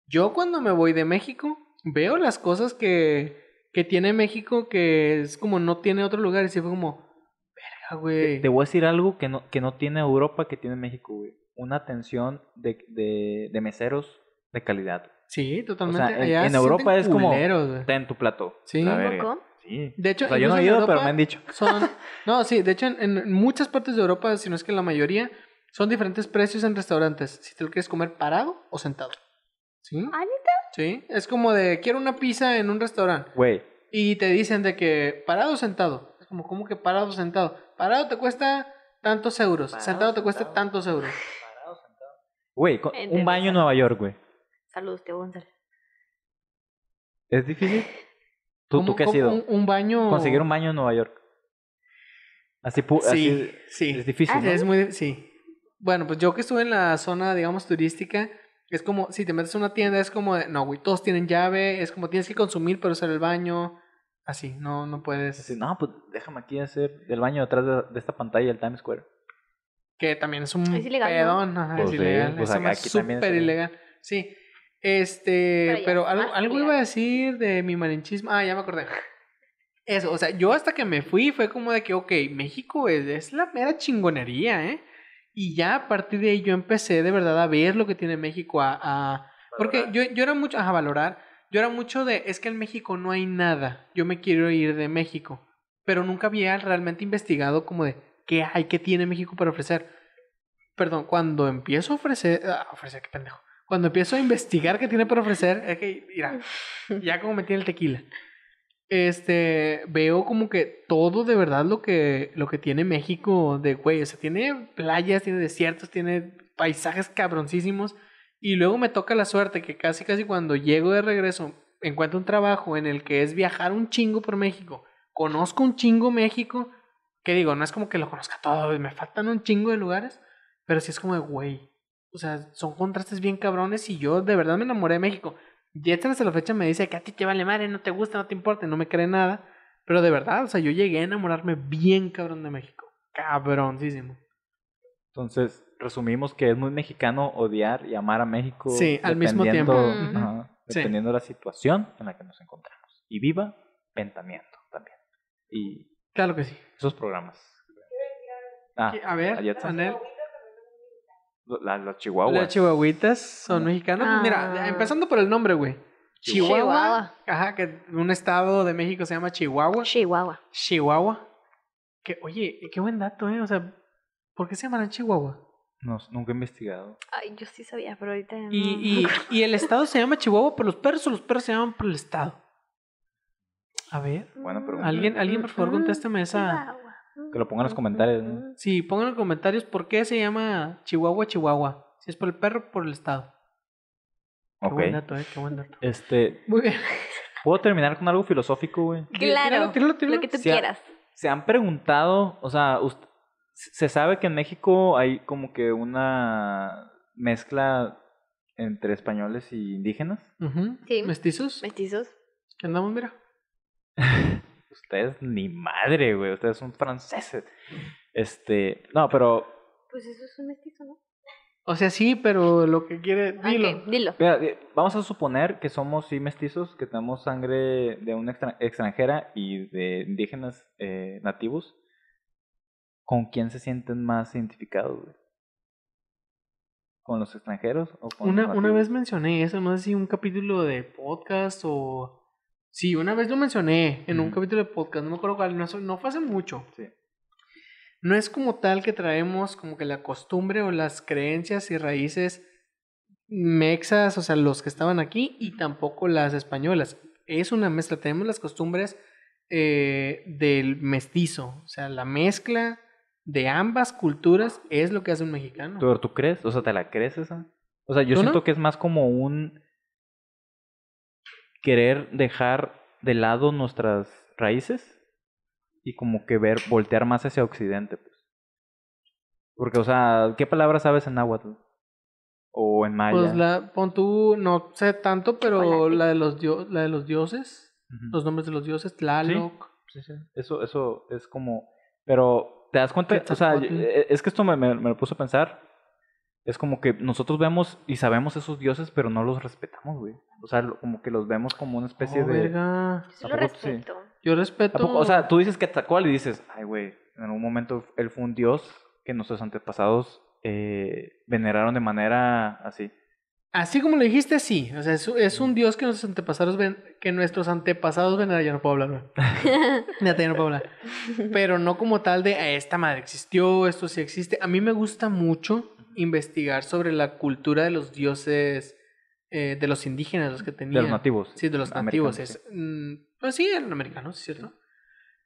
Yo cuando me voy de México veo las cosas que, que tiene México que es como no tiene otro lugar. Y sí fue como, verga, güey.
Te voy a decir algo que no, que no tiene Europa, que tiene México, güey. Una atención de, de, de meseros de calidad.
Sí, totalmente.
en-
Allá
en
se
Europa
sienten
es como-
culeros, güey.
Está en tu plato.
Sí.
La
¿Un
verga.
poco?
Sí.
De hecho,
o sea, yo no
incluso
he
en
ido, pero
Europa-
me han dicho.
Son, no, sí, de hecho en, en muchas partes de Europa, si no es que la mayoría, son diferentes precios en restaurantes. Si te lo quieres comer parado o sentado. ¿Sí?
Ah,
Sí, es como de, quiero una pizza en un restaurante.
Güey,
Y te dicen de que parado o sentado. Es como, ¿cómo que parado o sentado? Parado te cuesta tantos euros.
Parado,
sentado te cuesta
sentado.
tantos euros.
Parado, sentado.
Güey, co-
Entiendo,
un baño en
claro.
Nueva York, güey.
Saludos, tío González.
¿Es difícil? ¿Tú,
¿Cómo-
tú qué has
cómo
ido?
Un, un baño.
Conseguir un baño en Nueva York. Así, pu-
Sí,
así
sí.
es difícil,
Ah,
¿no?
Es muy, sí. Bueno, pues yo que estuve en la zona, digamos, turística, es como, si te metes a una tienda, es como, de, no, güey, todos tienen llave, es como tienes que consumir para usar el baño, así, no, no puedes.
Así, no, pues déjame aquí hacer el baño detrás de, de esta pantalla del Times Square.
Que también es un
Es ilegal, ¿no?
pedón, ajá,
Pues
es
sí,
ilegal.
pues
eso
acá-
es
aquí también es
súper
ilegal.
ilegal. Sí. Este,
Pero ya
pero,
es
algo,
más
algo
ilegal.
iba a decir de mi malinchismo. Ah, ya me acordé. Eso, o sea, yo hasta que me fui fue como de que, ok, México es, es la mera chingonería, ¿eh? Y ya a partir de ahí yo empecé de verdad a ver lo que tiene México, a... a- porque yo, yo era mucho, ajá, valorar, yo era mucho de, es que en México no hay nada, yo me quiero ir de México, pero nunca había realmente investigado como de qué hay, qué tiene México para ofrecer. Perdón, cuando empiezo a ofrecer, ah, a ofrecer, qué pendejo, cuando empiezo a investigar qué tiene para ofrecer, es que, mira, ya como metí el tequila, este, veo como que todo de verdad lo que, lo que tiene México de güey, o sea, tiene playas, tiene desiertos, tiene paisajes cabroncísimos, y luego me toca la suerte que casi casi cuando llego de regreso encuentro un trabajo en el que es viajar un chingo por México. Conozco un chingo México, que digo, no es como que lo conozca todo, y me faltan un chingo de lugares, pero sí es como de güey. O sea, son contrastes bien cabrones y yo de verdad me enamoré de México. Jetson hasta la fecha me dice que a ti te vale madre, no te gusta, no te importa, y no me cree nada. Pero de verdad, o sea, yo llegué a enamorarme bien cabrón de México. Cabroncísimo.
Entonces, resumimos que es muy mexicano odiar y amar a México.
Sí, al mismo
dependiendo-
tiempo. Ujú.
ajá,
Sí.
dependiendo de la situación en la que nos encontramos. Y viva Ventaneando también. Y
Claro que sí.
esos programas. Ah,
A ver,
ya está.
Anel.
la- los chihuahuas.
Las chihuahuitas son
Ah.
mexicanas. Pues Mira,
Ah.
empezando por el nombre, güey. Chihuahua.
Chihuahua.
Ajá, que un estado de México se llama Chihuahua.
Chihuahua.
Chihuahua. Que, oye, qué buen dato, ¿eh? O sea, ¿por qué se llamarán Chihuahua?
No, nunca he investigado.
Ay, yo sí sabía, pero ahorita. no.
Y, y, y el estado se llama Chihuahua por los perros o los perros se llaman por el estado. A ver.
Buena pregunta.
Alguien, alguien por favor,
Mm,
contéstame esa.
Chihuahua.
Que lo pongan en
mm,
los comentarios, ¿no?
Sí, pongan en comentarios por qué se llama Chihuahua Chihuahua. Si es por el perro o por el estado. Qué
Ok.
buen dato, ¿eh? Qué buen dato.
Este,
Muy bien.
¿Puedo terminar con algo filosófico, güey?
Claro,
Tíralo, tíralo, tíralo.
lo que tú
Sí, a-
quieras.
¿Se han preguntado, o sea, ust- se sabe que en México hay como que una mezcla entre españoles y indígenas?
Ujú.
Sí.
¿Mestizos?
Mestizos.
¿Qué andamos, mira?
Ustedes ni madre, güey, ustedes son franceses. Este, no, pero
Pues eso es un mestizo, ¿no?
O sea, sí, pero lo que quiere. Dilo.
Ok, dilo.
mira, eh, vamos a suponer que somos sí mestizos, que tenemos sangre de una extra- extranjera y de indígenas eh, nativos. ¿Con quién se sienten más identificados, güey? ¿Con los extranjeros o con
Una,
los
una
nativos?
vez mencioné eso, no sé si un capítulo de podcast o. Sí, una vez lo mencioné en un
Ujú.
capítulo de podcast, no me acuerdo cuál, no, no fue hace mucho.
Sí.
No es como tal que traemos como que la costumbre o las creencias y raíces mexas, o sea, los que estaban aquí y tampoco las españolas. Es una mezcla, tenemos las costumbres eh, del mestizo, o sea, la mezcla de ambas culturas es lo que hace un mexicano.
¿Tú, ¿Tú crees? O sea, ¿te la crees esa? O sea, yo
¿Tú no?
siento que es más como un querer dejar de lado nuestras raíces y como que ver, voltear más hacia Occidente, pues. Porque, o sea, ¿qué palabra sabes en náhuatl? O en maya.
Pues la, pon tú, no sé tanto, pero
Chocolate.
la de los, dio- la de los dioses,
Ujú.
los nombres de los dioses, Tlaloc.
Sí, sí. Eso, eso es como. Pero, ¿te das cuenta? O sea,
Quetzalcóatl.
yo- eh, es que esto me, me- me lo puso a pensar. Es como que nosotros vemos y sabemos esos dioses, pero no los respetamos, güey. O sea, lo- como que los vemos como una especie
Oh,
de.
verga.
Yo sí lo
¿A poco sí?
respeto.
Yo respeto.
Tampoco- o sea, tú dices que Quetzalcóatl y dices, ay, güey, en algún momento él fue un dios que nuestros antepasados eh, veneraron de manera así.
así como lo dijiste, sí. O sea, es, es un dios que nuestros antepasados ven, que nuestros antepasados ven, ah, ya no puedo hablar. güey. Neta, ya no puedo hablar. Pero no como tal de "Ah, esta madre existió, esto sí existe. A mí me gusta mucho investigar sobre la cultura de los dioses, eh, de los indígenas, los que
De
tenían.
los nativos.
Sí, de los
americanos,
nativos.
sí.
Es, mm, pues sí, eran americanos, ¿cierto?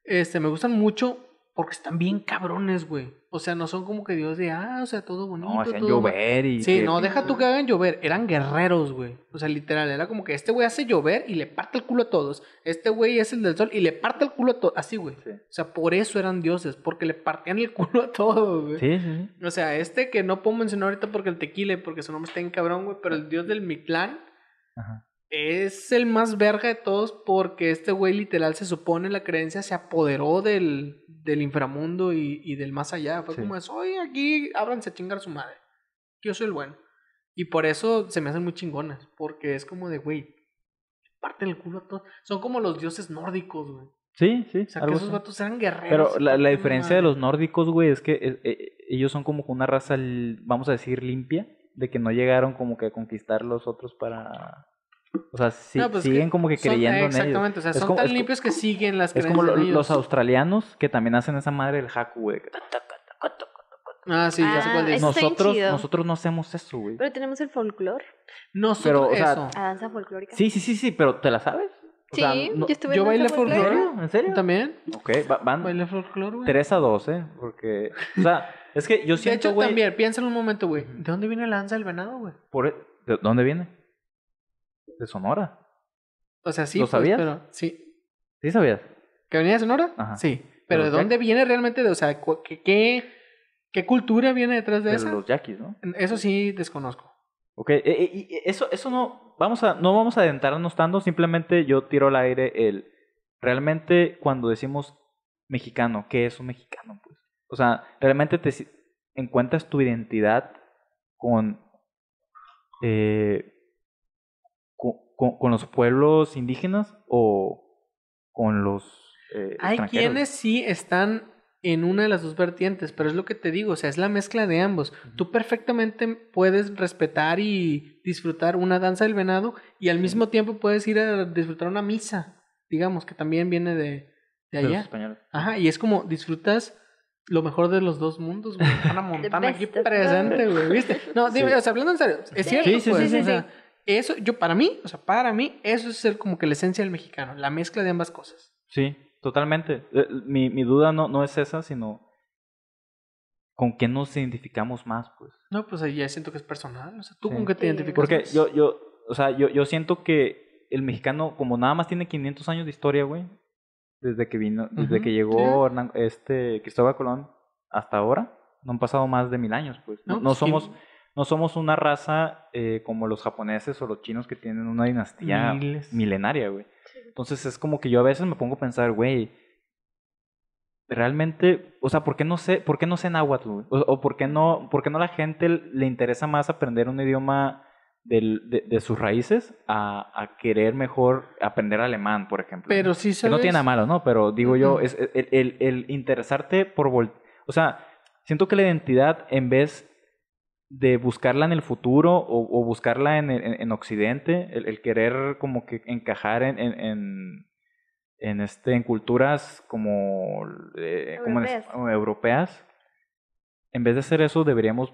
Este, me gustan mucho porque están bien cabrones, güey. O sea, no son como que Dios de, ah, o sea, todo bonito.
No, hacían
todo mal".
llover y...
Sí,
que-
no, deja tú que hagan llover. Eran guerreros, güey. O sea, literal, era como que este güey hace llover y le parte el culo a todos. Este güey es el del sol y le parte el culo a todos. Así, güey.
Sí.
O sea, por eso eran dioses, porque le partían el culo a todos, güey.
Sí, sí, sí.
O sea, este que no puedo mencionar ahorita porque el tequile, porque su nombre está en cabrón, güey, pero el dios del Mictlán
Ajá.
es el más verga de todos porque este güey literal se supone la creencia se apoderó del, del inframundo y, y del más allá. Fue
Sí.
como, es, oye, aquí ábranse a chingar a su madre. que Yo soy el bueno. Y por eso se me hacen muy chingonas, porque es como de, güey, parten el culo a todos. Son como los dioses nórdicos, güey. O
Sí, sí.
sea, que
algo
esos
así.
vatos eran guerreros.
Pero la, la
partían
diferencia de
madre.
los nórdicos, güey, es que eh, eh, ellos son como una raza, l- vamos a decir, limpia, de que no llegaron como que a conquistar los otros para... O sea, sí-
No, pues
siguen
que
como que
son-
creyendo en ellos.
Exactamente, o sea,
Es
son
como-
tan
es co-
limpios que siguen las
Es
creencias.
como lo-
de
los
ellos.
australianos que también hacen esa madre del haku, güey.
Ah, sí, ya sé
Ah,
cuál es.
eso está bien
Nosotros,
chido.
nosotros no hacemos eso, güey.
Pero tenemos el folclore,
Nosotros,
pero, o sea,
eso.
la danza folclórica.
Sí, sí, sí, sí, pero ¿te la sabes? O
Sí,
sea, no-
yo estuve
yo
en danza
bailé
¿En
folclore.
folclórica.
serio? ¿En serio?
¿También?
Ok, va- van
Bailé folclore, güey.
3 a 2, ¿eh? Porque, o sea, es que yo
De
siento,
hecho,
güey,
también, piénsalo un momento, güey. ¿De dónde viene la danza del venado, güey?
por- e, ¿De dónde viene? De Sonora.
O sea, sí.
¿Lo
pues,
sabías?
Pero, sí.
¿Sí sabías?
¿Que venía de Sonora?
Ajá.
Sí.
Pero
Pero, ¿de
ya-
dónde viene realmente? De, o sea, cu- ¿qué, qué, qué cultura viene detrás de
De
esa?
los yaquis, ¿no?
Eso sí desconozco.
Ok, eh, eh, y- y eso, eso no, vamos a, no vamos a adentrarnos tanto, simplemente yo tiro al aire el, realmente cuando decimos mexicano, ¿qué es un mexicano? Pues? O sea, realmente te si- encuentras tu identidad con, eh, con, con- con los pueblos indígenas o con los eh,
Hay
extranjeros?
quienes sí están en una de las dos vertientes, pero es lo que te digo, o sea, es la mezcla de ambos. Tú perfectamente puedes respetar y disfrutar una danza del venado y al mismo tiempo puedes ir a disfrutar una misa, digamos, que también viene de, de
de los
allá.
españoles.
Ajá, y es como disfrutas lo mejor de los dos mundos, güey. Hannah Montana
best
aquí
of both.
presente, güey, ¿viste? No, dime,
Sí.
o sea, hablando en serio, es
Sí,
cierto,
sí, sí,
pues,
sí,
o
sí.
sea, eso, yo para mí, o sea, para mí, eso es ser como que la esencia del mexicano, la mezcla de ambas cosas.
Sí, totalmente. Eh, Mi, mi duda no, no es esa, sino con quién nos identificamos más, pues.
No, pues ahí ya siento que es personal. O sea, ¿tú
Sí.
con qué te
Sí.
identificas?
Porque
más?
yo, yo, o sea, yo, yo siento que el mexicano, como nada más tiene 500 años de historia, güey, desde que vino, desde
Ujú,
que llegó Hernán- este Cristóbal Colón hasta ahora, no han pasado más de mil años, pues. No,
No,
no
pues,
somos,
tiene
no somos una raza eh, como los japoneses o los chinos que tienen una dinastía
miles.
milenaria, güey. Entonces es como que yo a veces me pongo a pensar, güey, realmente, o sea, ¿por qué no sé, por qué no sé náhuatl? güey? O, o por qué no, por qué no a la gente le interesa más aprender un idioma del- de, de sus raíces a, a querer mejor aprender alemán, por ejemplo?
Pero sí
Que
sabes.
no tiene nada malo, ¿no? Pero digo yo,
Ujú.
es el, el- el interesarte por... vol- O sea, siento que la identidad en vez de buscarla en el futuro o, o buscarla en, en- en Occidente, el, el querer como que encajar en, en, en- en este, en culturas como, eh, como en-
Europeas.
como europeas, en vez de hacer eso deberíamos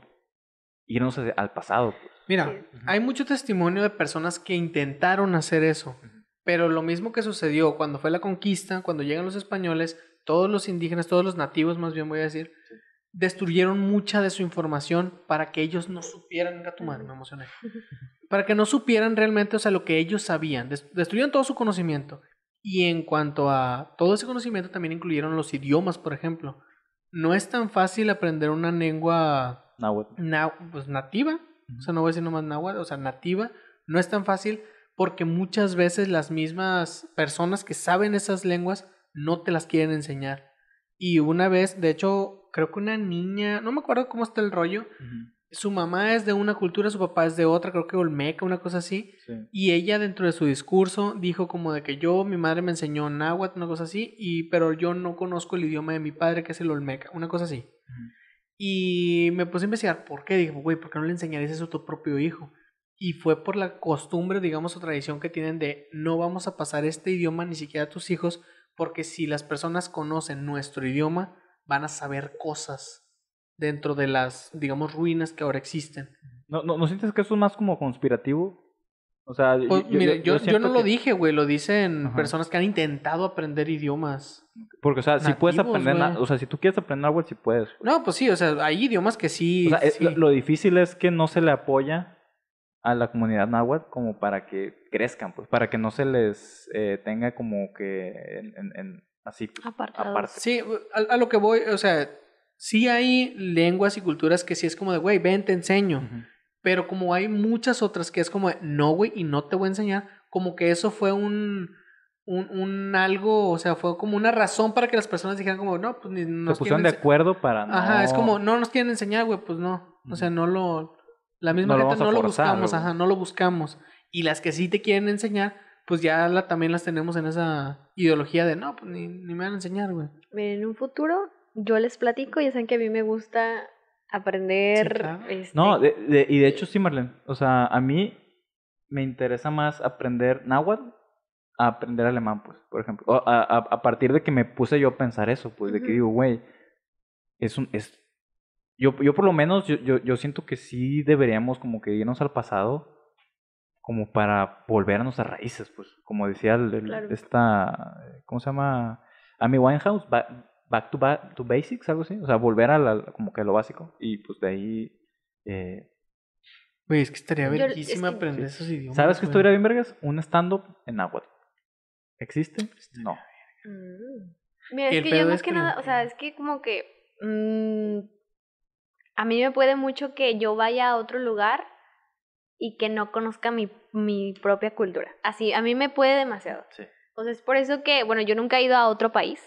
irnos hacia- al pasado. pues.
Mira,
Sí.
hay mucho testimonio de personas que intentaron hacer eso.
Ujú.
Pero lo mismo que sucedió cuando fue la conquista, cuando llegan los españoles, todos los indígenas, todos los nativos, más bien voy a decir, destruyeron mucha de su información para que ellos no supieran. Venga, tu madre, me emocioné. Para que no supieran realmente, o sea, lo que ellos sabían. Des- destruyeron todo su conocimiento. Y en cuanto a todo ese conocimiento, también incluyeron los idiomas, por ejemplo. No es tan fácil aprender una lengua
Náhuatl.
na- pues, nativa, o sea, no voy a decir nomás náhuatl, o sea, nativa, no es tan fácil porque muchas veces las mismas personas que saben esas lenguas no te las quieren enseñar. Y una vez, de hecho, creo que una niña, no me acuerdo cómo está el rollo,
Ujú.
su mamá es de una cultura, su papá es de otra, creo que olmeca, una cosa así,
Sí.
y ella dentro de su discurso dijo como de que yo, mi madre me enseñó náhuatl, una cosa así, y pero yo no conozco el idioma de mi padre que es el olmeca, una cosa así.
Ujú.
Y me puse a investigar por qué. Dije, güey, ¿por qué no le enseñarías eso a tu propio hijo? Y fue por la costumbre, digamos, o tradición que tienen de no vamos a pasar este idioma ni siquiera a tus hijos, porque si las personas conocen nuestro idioma, van a saber cosas dentro de las, digamos, ruinas que ahora existen.
¿No, no, ¿No sientes que eso es más como conspirativo? O sea,
Pues, mira, yo, yo
siento
no lo
que-
dije, güey, lo dicen
Ajá.
personas que han intentado aprender idiomas.
Porque, o sea, si puedes
nativos,
aprender, na-
güey.
o sea, si tú quieres aprender algo, si puedes.
No, pues sí, o sea, hay idiomas que sí.
O sea, es-
sí.
lo, lo difícil es que no se le apoya a la comunidad náhuatl como para que crezcan, pues, para que no se les eh, tenga como que en, en- en- así pues,
Apartados.
aparte.
Sí, a, a lo que voy, o sea, sí hay lenguas y culturas que sí es como de, güey, ven, te enseño.
Ujú.
Pero como hay muchas otras que es como, de, no, güey, y no te voy a enseñar, como que eso fue un, un, un algo, o sea, fue como una razón para que las personas dijeran como, no, pues ni nos
se pusieron
quieren
de
ense-
acuerdo para no...
Ajá, es como, no nos quieren enseñar, güey, pues no. O sea, no lo... La misma
No lo
gente
vamos a
no lo
forzar,
buscamos,
güey.
ajá, no lo buscamos. Y las que sí te quieren enseñar, pues ya la, también las tenemos en esa ideología de, no, pues ni, ni me van a enseñar, güey.
Miren, en un futuro yo les platico, ya saben que a mí me gusta aprender.
Sí, claro.
este,
No, de- de- y de hecho sí, Marlene. O sea, a mí me interesa más aprender náhuatl a aprender alemán, pues, por ejemplo. O a, a, a partir de que me puse yo a pensar eso, pues, de que
Ujú.
digo, güey, es un... Es, yo, yo por lo menos, yo, yo, yo siento que sí deberíamos como que irnos al pasado como para volver a nuestras raíces, pues, como decía el- el-
Claro.
esta, eh, ¿cómo se llama? Amy Winehouse, Back, back to, ba- to Basics, algo así, o sea, volver a la- como que a lo básico y pues de ahí... eh,
Güey, es que estaría
Yo- es
verguísima
que-
aprender Pues esos idiomas.
¿Sabes qué
güey.
estuviera bien, vergas? Un stand-up en náhuatl. ¿Existe? No.
Mm. Mira,
Y
es
el
que
pedo
yo más
es
que
que-
nada, o sea, es que como que mm, a mí me puede mucho que yo vaya a otro lugar y que no conozca mi, mi propia cultura. Así, a mí me puede demasiado.
Sí.
Entonces, por eso que, bueno, yo nunca he ido a otro país,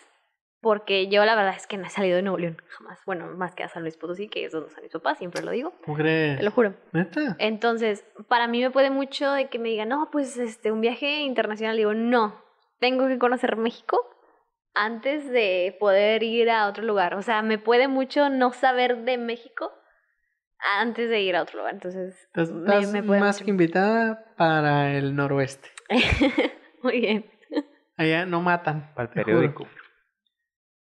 porque yo la verdad es que no he salido de Nuevo León, jamás. Bueno, más que a San Luis Potosí, que es donde sale mi papá, siempre lo digo,
¿Cómo crees?
te lo Eh, juro.
¿Neta?
Entonces, para mí me puede mucho de que me digan, no, pues este, un viaje internacional. Digo, no, tengo que conocer México antes de poder ir a otro lugar. O sea, me puede mucho no saber de México antes de ir a otro lugar. Entonces,
Estás,
me-
estás
me puede
más que
mucho.
invitada para el noroeste.
Muy bien.
Allá no matan.
Para el
te juro.
periódico.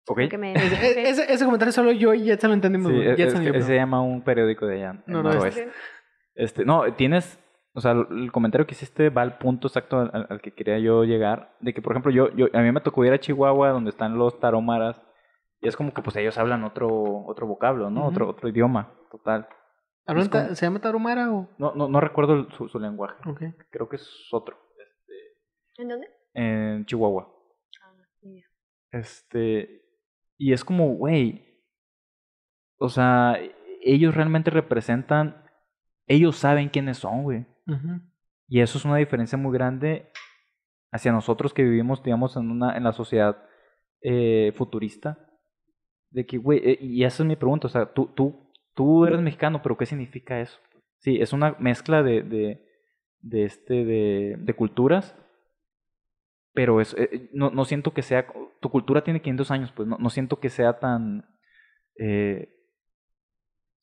¿Ok?
que me-
Ese, ese- ese comentario solo yo y Jetson lo entendimos.
Sí, e,
güey.
es- es
Jetson y
que
yo,
se llama un periódico de allá, en
Noroeste.
Noroeste. Este, no, tienes, o sea, el comentario que hiciste va al punto exacto al, al- al que quería yo llegar, de que, por ejemplo, yo, yo, a mí me tocó ir a Chihuahua, donde están los taromaras, y es como que, pues, ellos hablan otro, otro vocablo, ¿no?
Ujú.
Otro, otro idioma, total.
¿Hablan
es como-
ta- ¿Se llama Tarumara o...?
No, no, no recuerdo el- su, su lenguaje,
Ok.
creo que es otro,
¿En dónde?
en Chihuahua.
Ah,
Ni idea.
Este, y es como, güey, o sea, ellos realmente representan, ellos saben quiénes son, güey.
Ujú.
Y eso es una diferencia muy grande hacia nosotros que vivimos, digamos, en, una, en la sociedad eh, futurista. De que, güey, eh, y esa es mi pregunta, o sea, tú, tú, tú eres mexicano, pero ¿qué significa eso? Sí, es una mezcla de, de, de este, de, de culturas, pero es, eh, eh, no, no siento que sea, tu cultura tiene 500 años, pues no, no siento que sea tan, eh,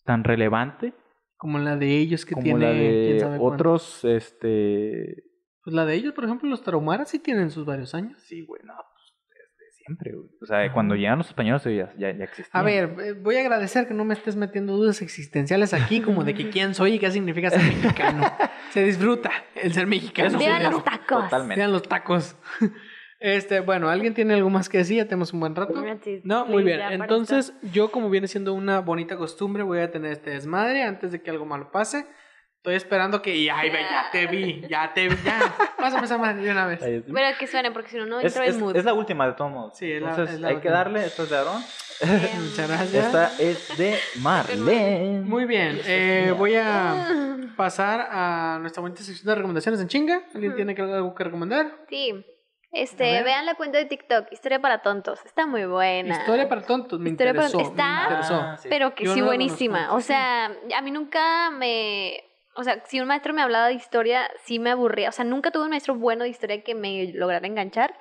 tan relevante
Como la de ellos que
como
tiene...
la
quién
de
sabe cuánto.
otros, este,
Pues la de ellos, por ejemplo, los Tarumaras sí tienen sus varios años.
Sí, güey, no, pues desde siempre, güey. O sea,
Ajá.
cuando llegan los españoles ya, ya, ya existían.
A ver, eh, voy a agradecer que no me estés metiendo dudas existenciales aquí, como de que quién soy y qué significa ser mexicano. Se disfruta el ser mexicano.
Vivan
culero.
los tacos.
Totalmente.
Sean los tacos. Este, bueno, ¿alguien tiene algo más que decir? Ya tenemos un buen rato. No, muy bien. Entonces, yo como viene siendo una bonita costumbre, voy a tener este desmadre antes de que algo malo pase. Estoy esperando que... y, Ay, ve, ya te vi, ya te vi, ya. Pásame esa madre de una vez.
Ahí-
Bueno, que suene, porque si no, no
es,
entro
es-
en mood.
es la última de todos modos.
Sí, es la-
Entonces,
es la
hay que
última.
darle. Esta es de Aarón.
Em,
Muchas gracias.
Esta es de Marlene.
Muy bien.
Y esta es
eh,
mía.
voy a...
ah.
pasar a nuestra bonita sección de recomendaciones en chinga. ¿Alguien
Ujú.
tiene que- algo que recomendar?
Sí.
A
Este,
ver.
vean la cuenta de TikTok, Historia para Tontos. Está muy buena.
Historia para tontos, me
Historia para-
interesó.
está-
Me interesó.
Ah, sí.
Pero que
Este, Yo
sí,
no la
buenísima.
conozco.
O sea, a mí nunca me. O sea, si un maestro me hablaba de historia, sí me aburría. O sea, nunca tuve un maestro bueno de historia que me lograra enganchar.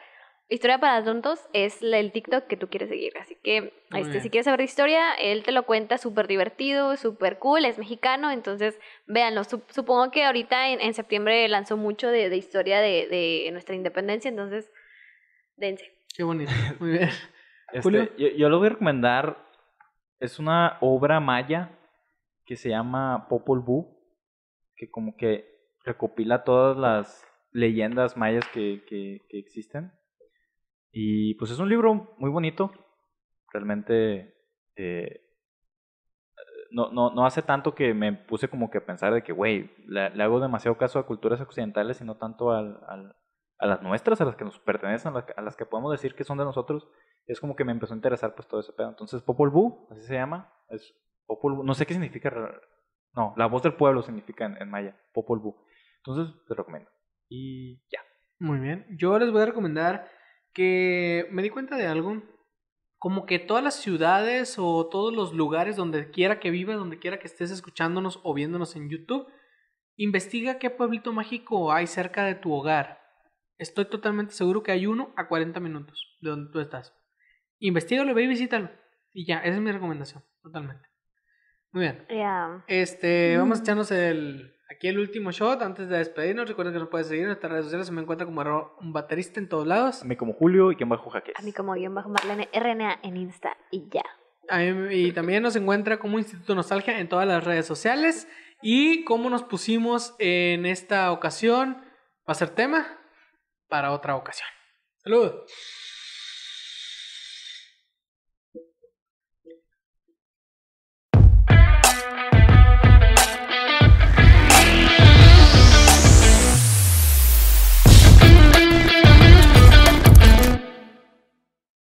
Historia para tontos es la- el TikTok que tú quieres seguir. Así que,
Muy
este,
bien.
si quieres saber de historia, él te lo cuenta súper divertido, súper cool, es mexicano. Entonces, véanlo. Sup- Supongo que ahorita en, en septiembre lanzó mucho de, de historia de, de nuestra independencia. Entonces, dense.
Qué bonito. Muy bien.
Este,
Julio.
yo, yo lo voy a recomendar. Es una obra maya que se llama Popol Vuh, que como que recopila todas las leyendas mayas que, que, que existen. Y pues es un libro muy bonito. Realmente eh, no, no, no hace tanto que me puse como que a pensar de que, güey, le, le hago demasiado caso a culturas occidentales y no tanto al, al- a las nuestras, a las que nos pertenecen, a las, que- a las que podemos decir que son de nosotros. Es como que me empezó a interesar pues todo ese pedo. Entonces, Popol Vuh, así se llama, es Popol Vuh, no sé qué significa, re- no, la voz del pueblo significa en, en maya, Popol Vuh. Entonces, te recomiendo. Y ya.
Muy bien. Yo les voy a recomendar que me di cuenta de algo. Como que todas las ciudades o todos los lugares donde quiera que vivas, donde quiera que estés escuchándonos o viéndonos en YouTube, investiga qué pueblito mágico hay cerca de tu hogar. Estoy totalmente seguro que hay uno a 40 minutos de donde tú estás. Investígalo, ve y visítalo. Y ya, esa es mi recomendación, totalmente. Muy bien.
Ya.
Este, vamos a
Mm.
echarnos el, aquí el último shot antes de despedirnos. Recuerden que nos pueden seguir en nuestras redes sociales. Se me encuentra como arroba un baterista en todos lados.
A mí como Julio y quien bajo jaques.
A mí como guión bajo Marlene RNA en Insta y ya.
A mí- y también nos encuentra como Instituto Nostalgia en todas las redes sociales. Y como nos pusimos en esta ocasión, va a ser tema para otra ocasión. Saludos.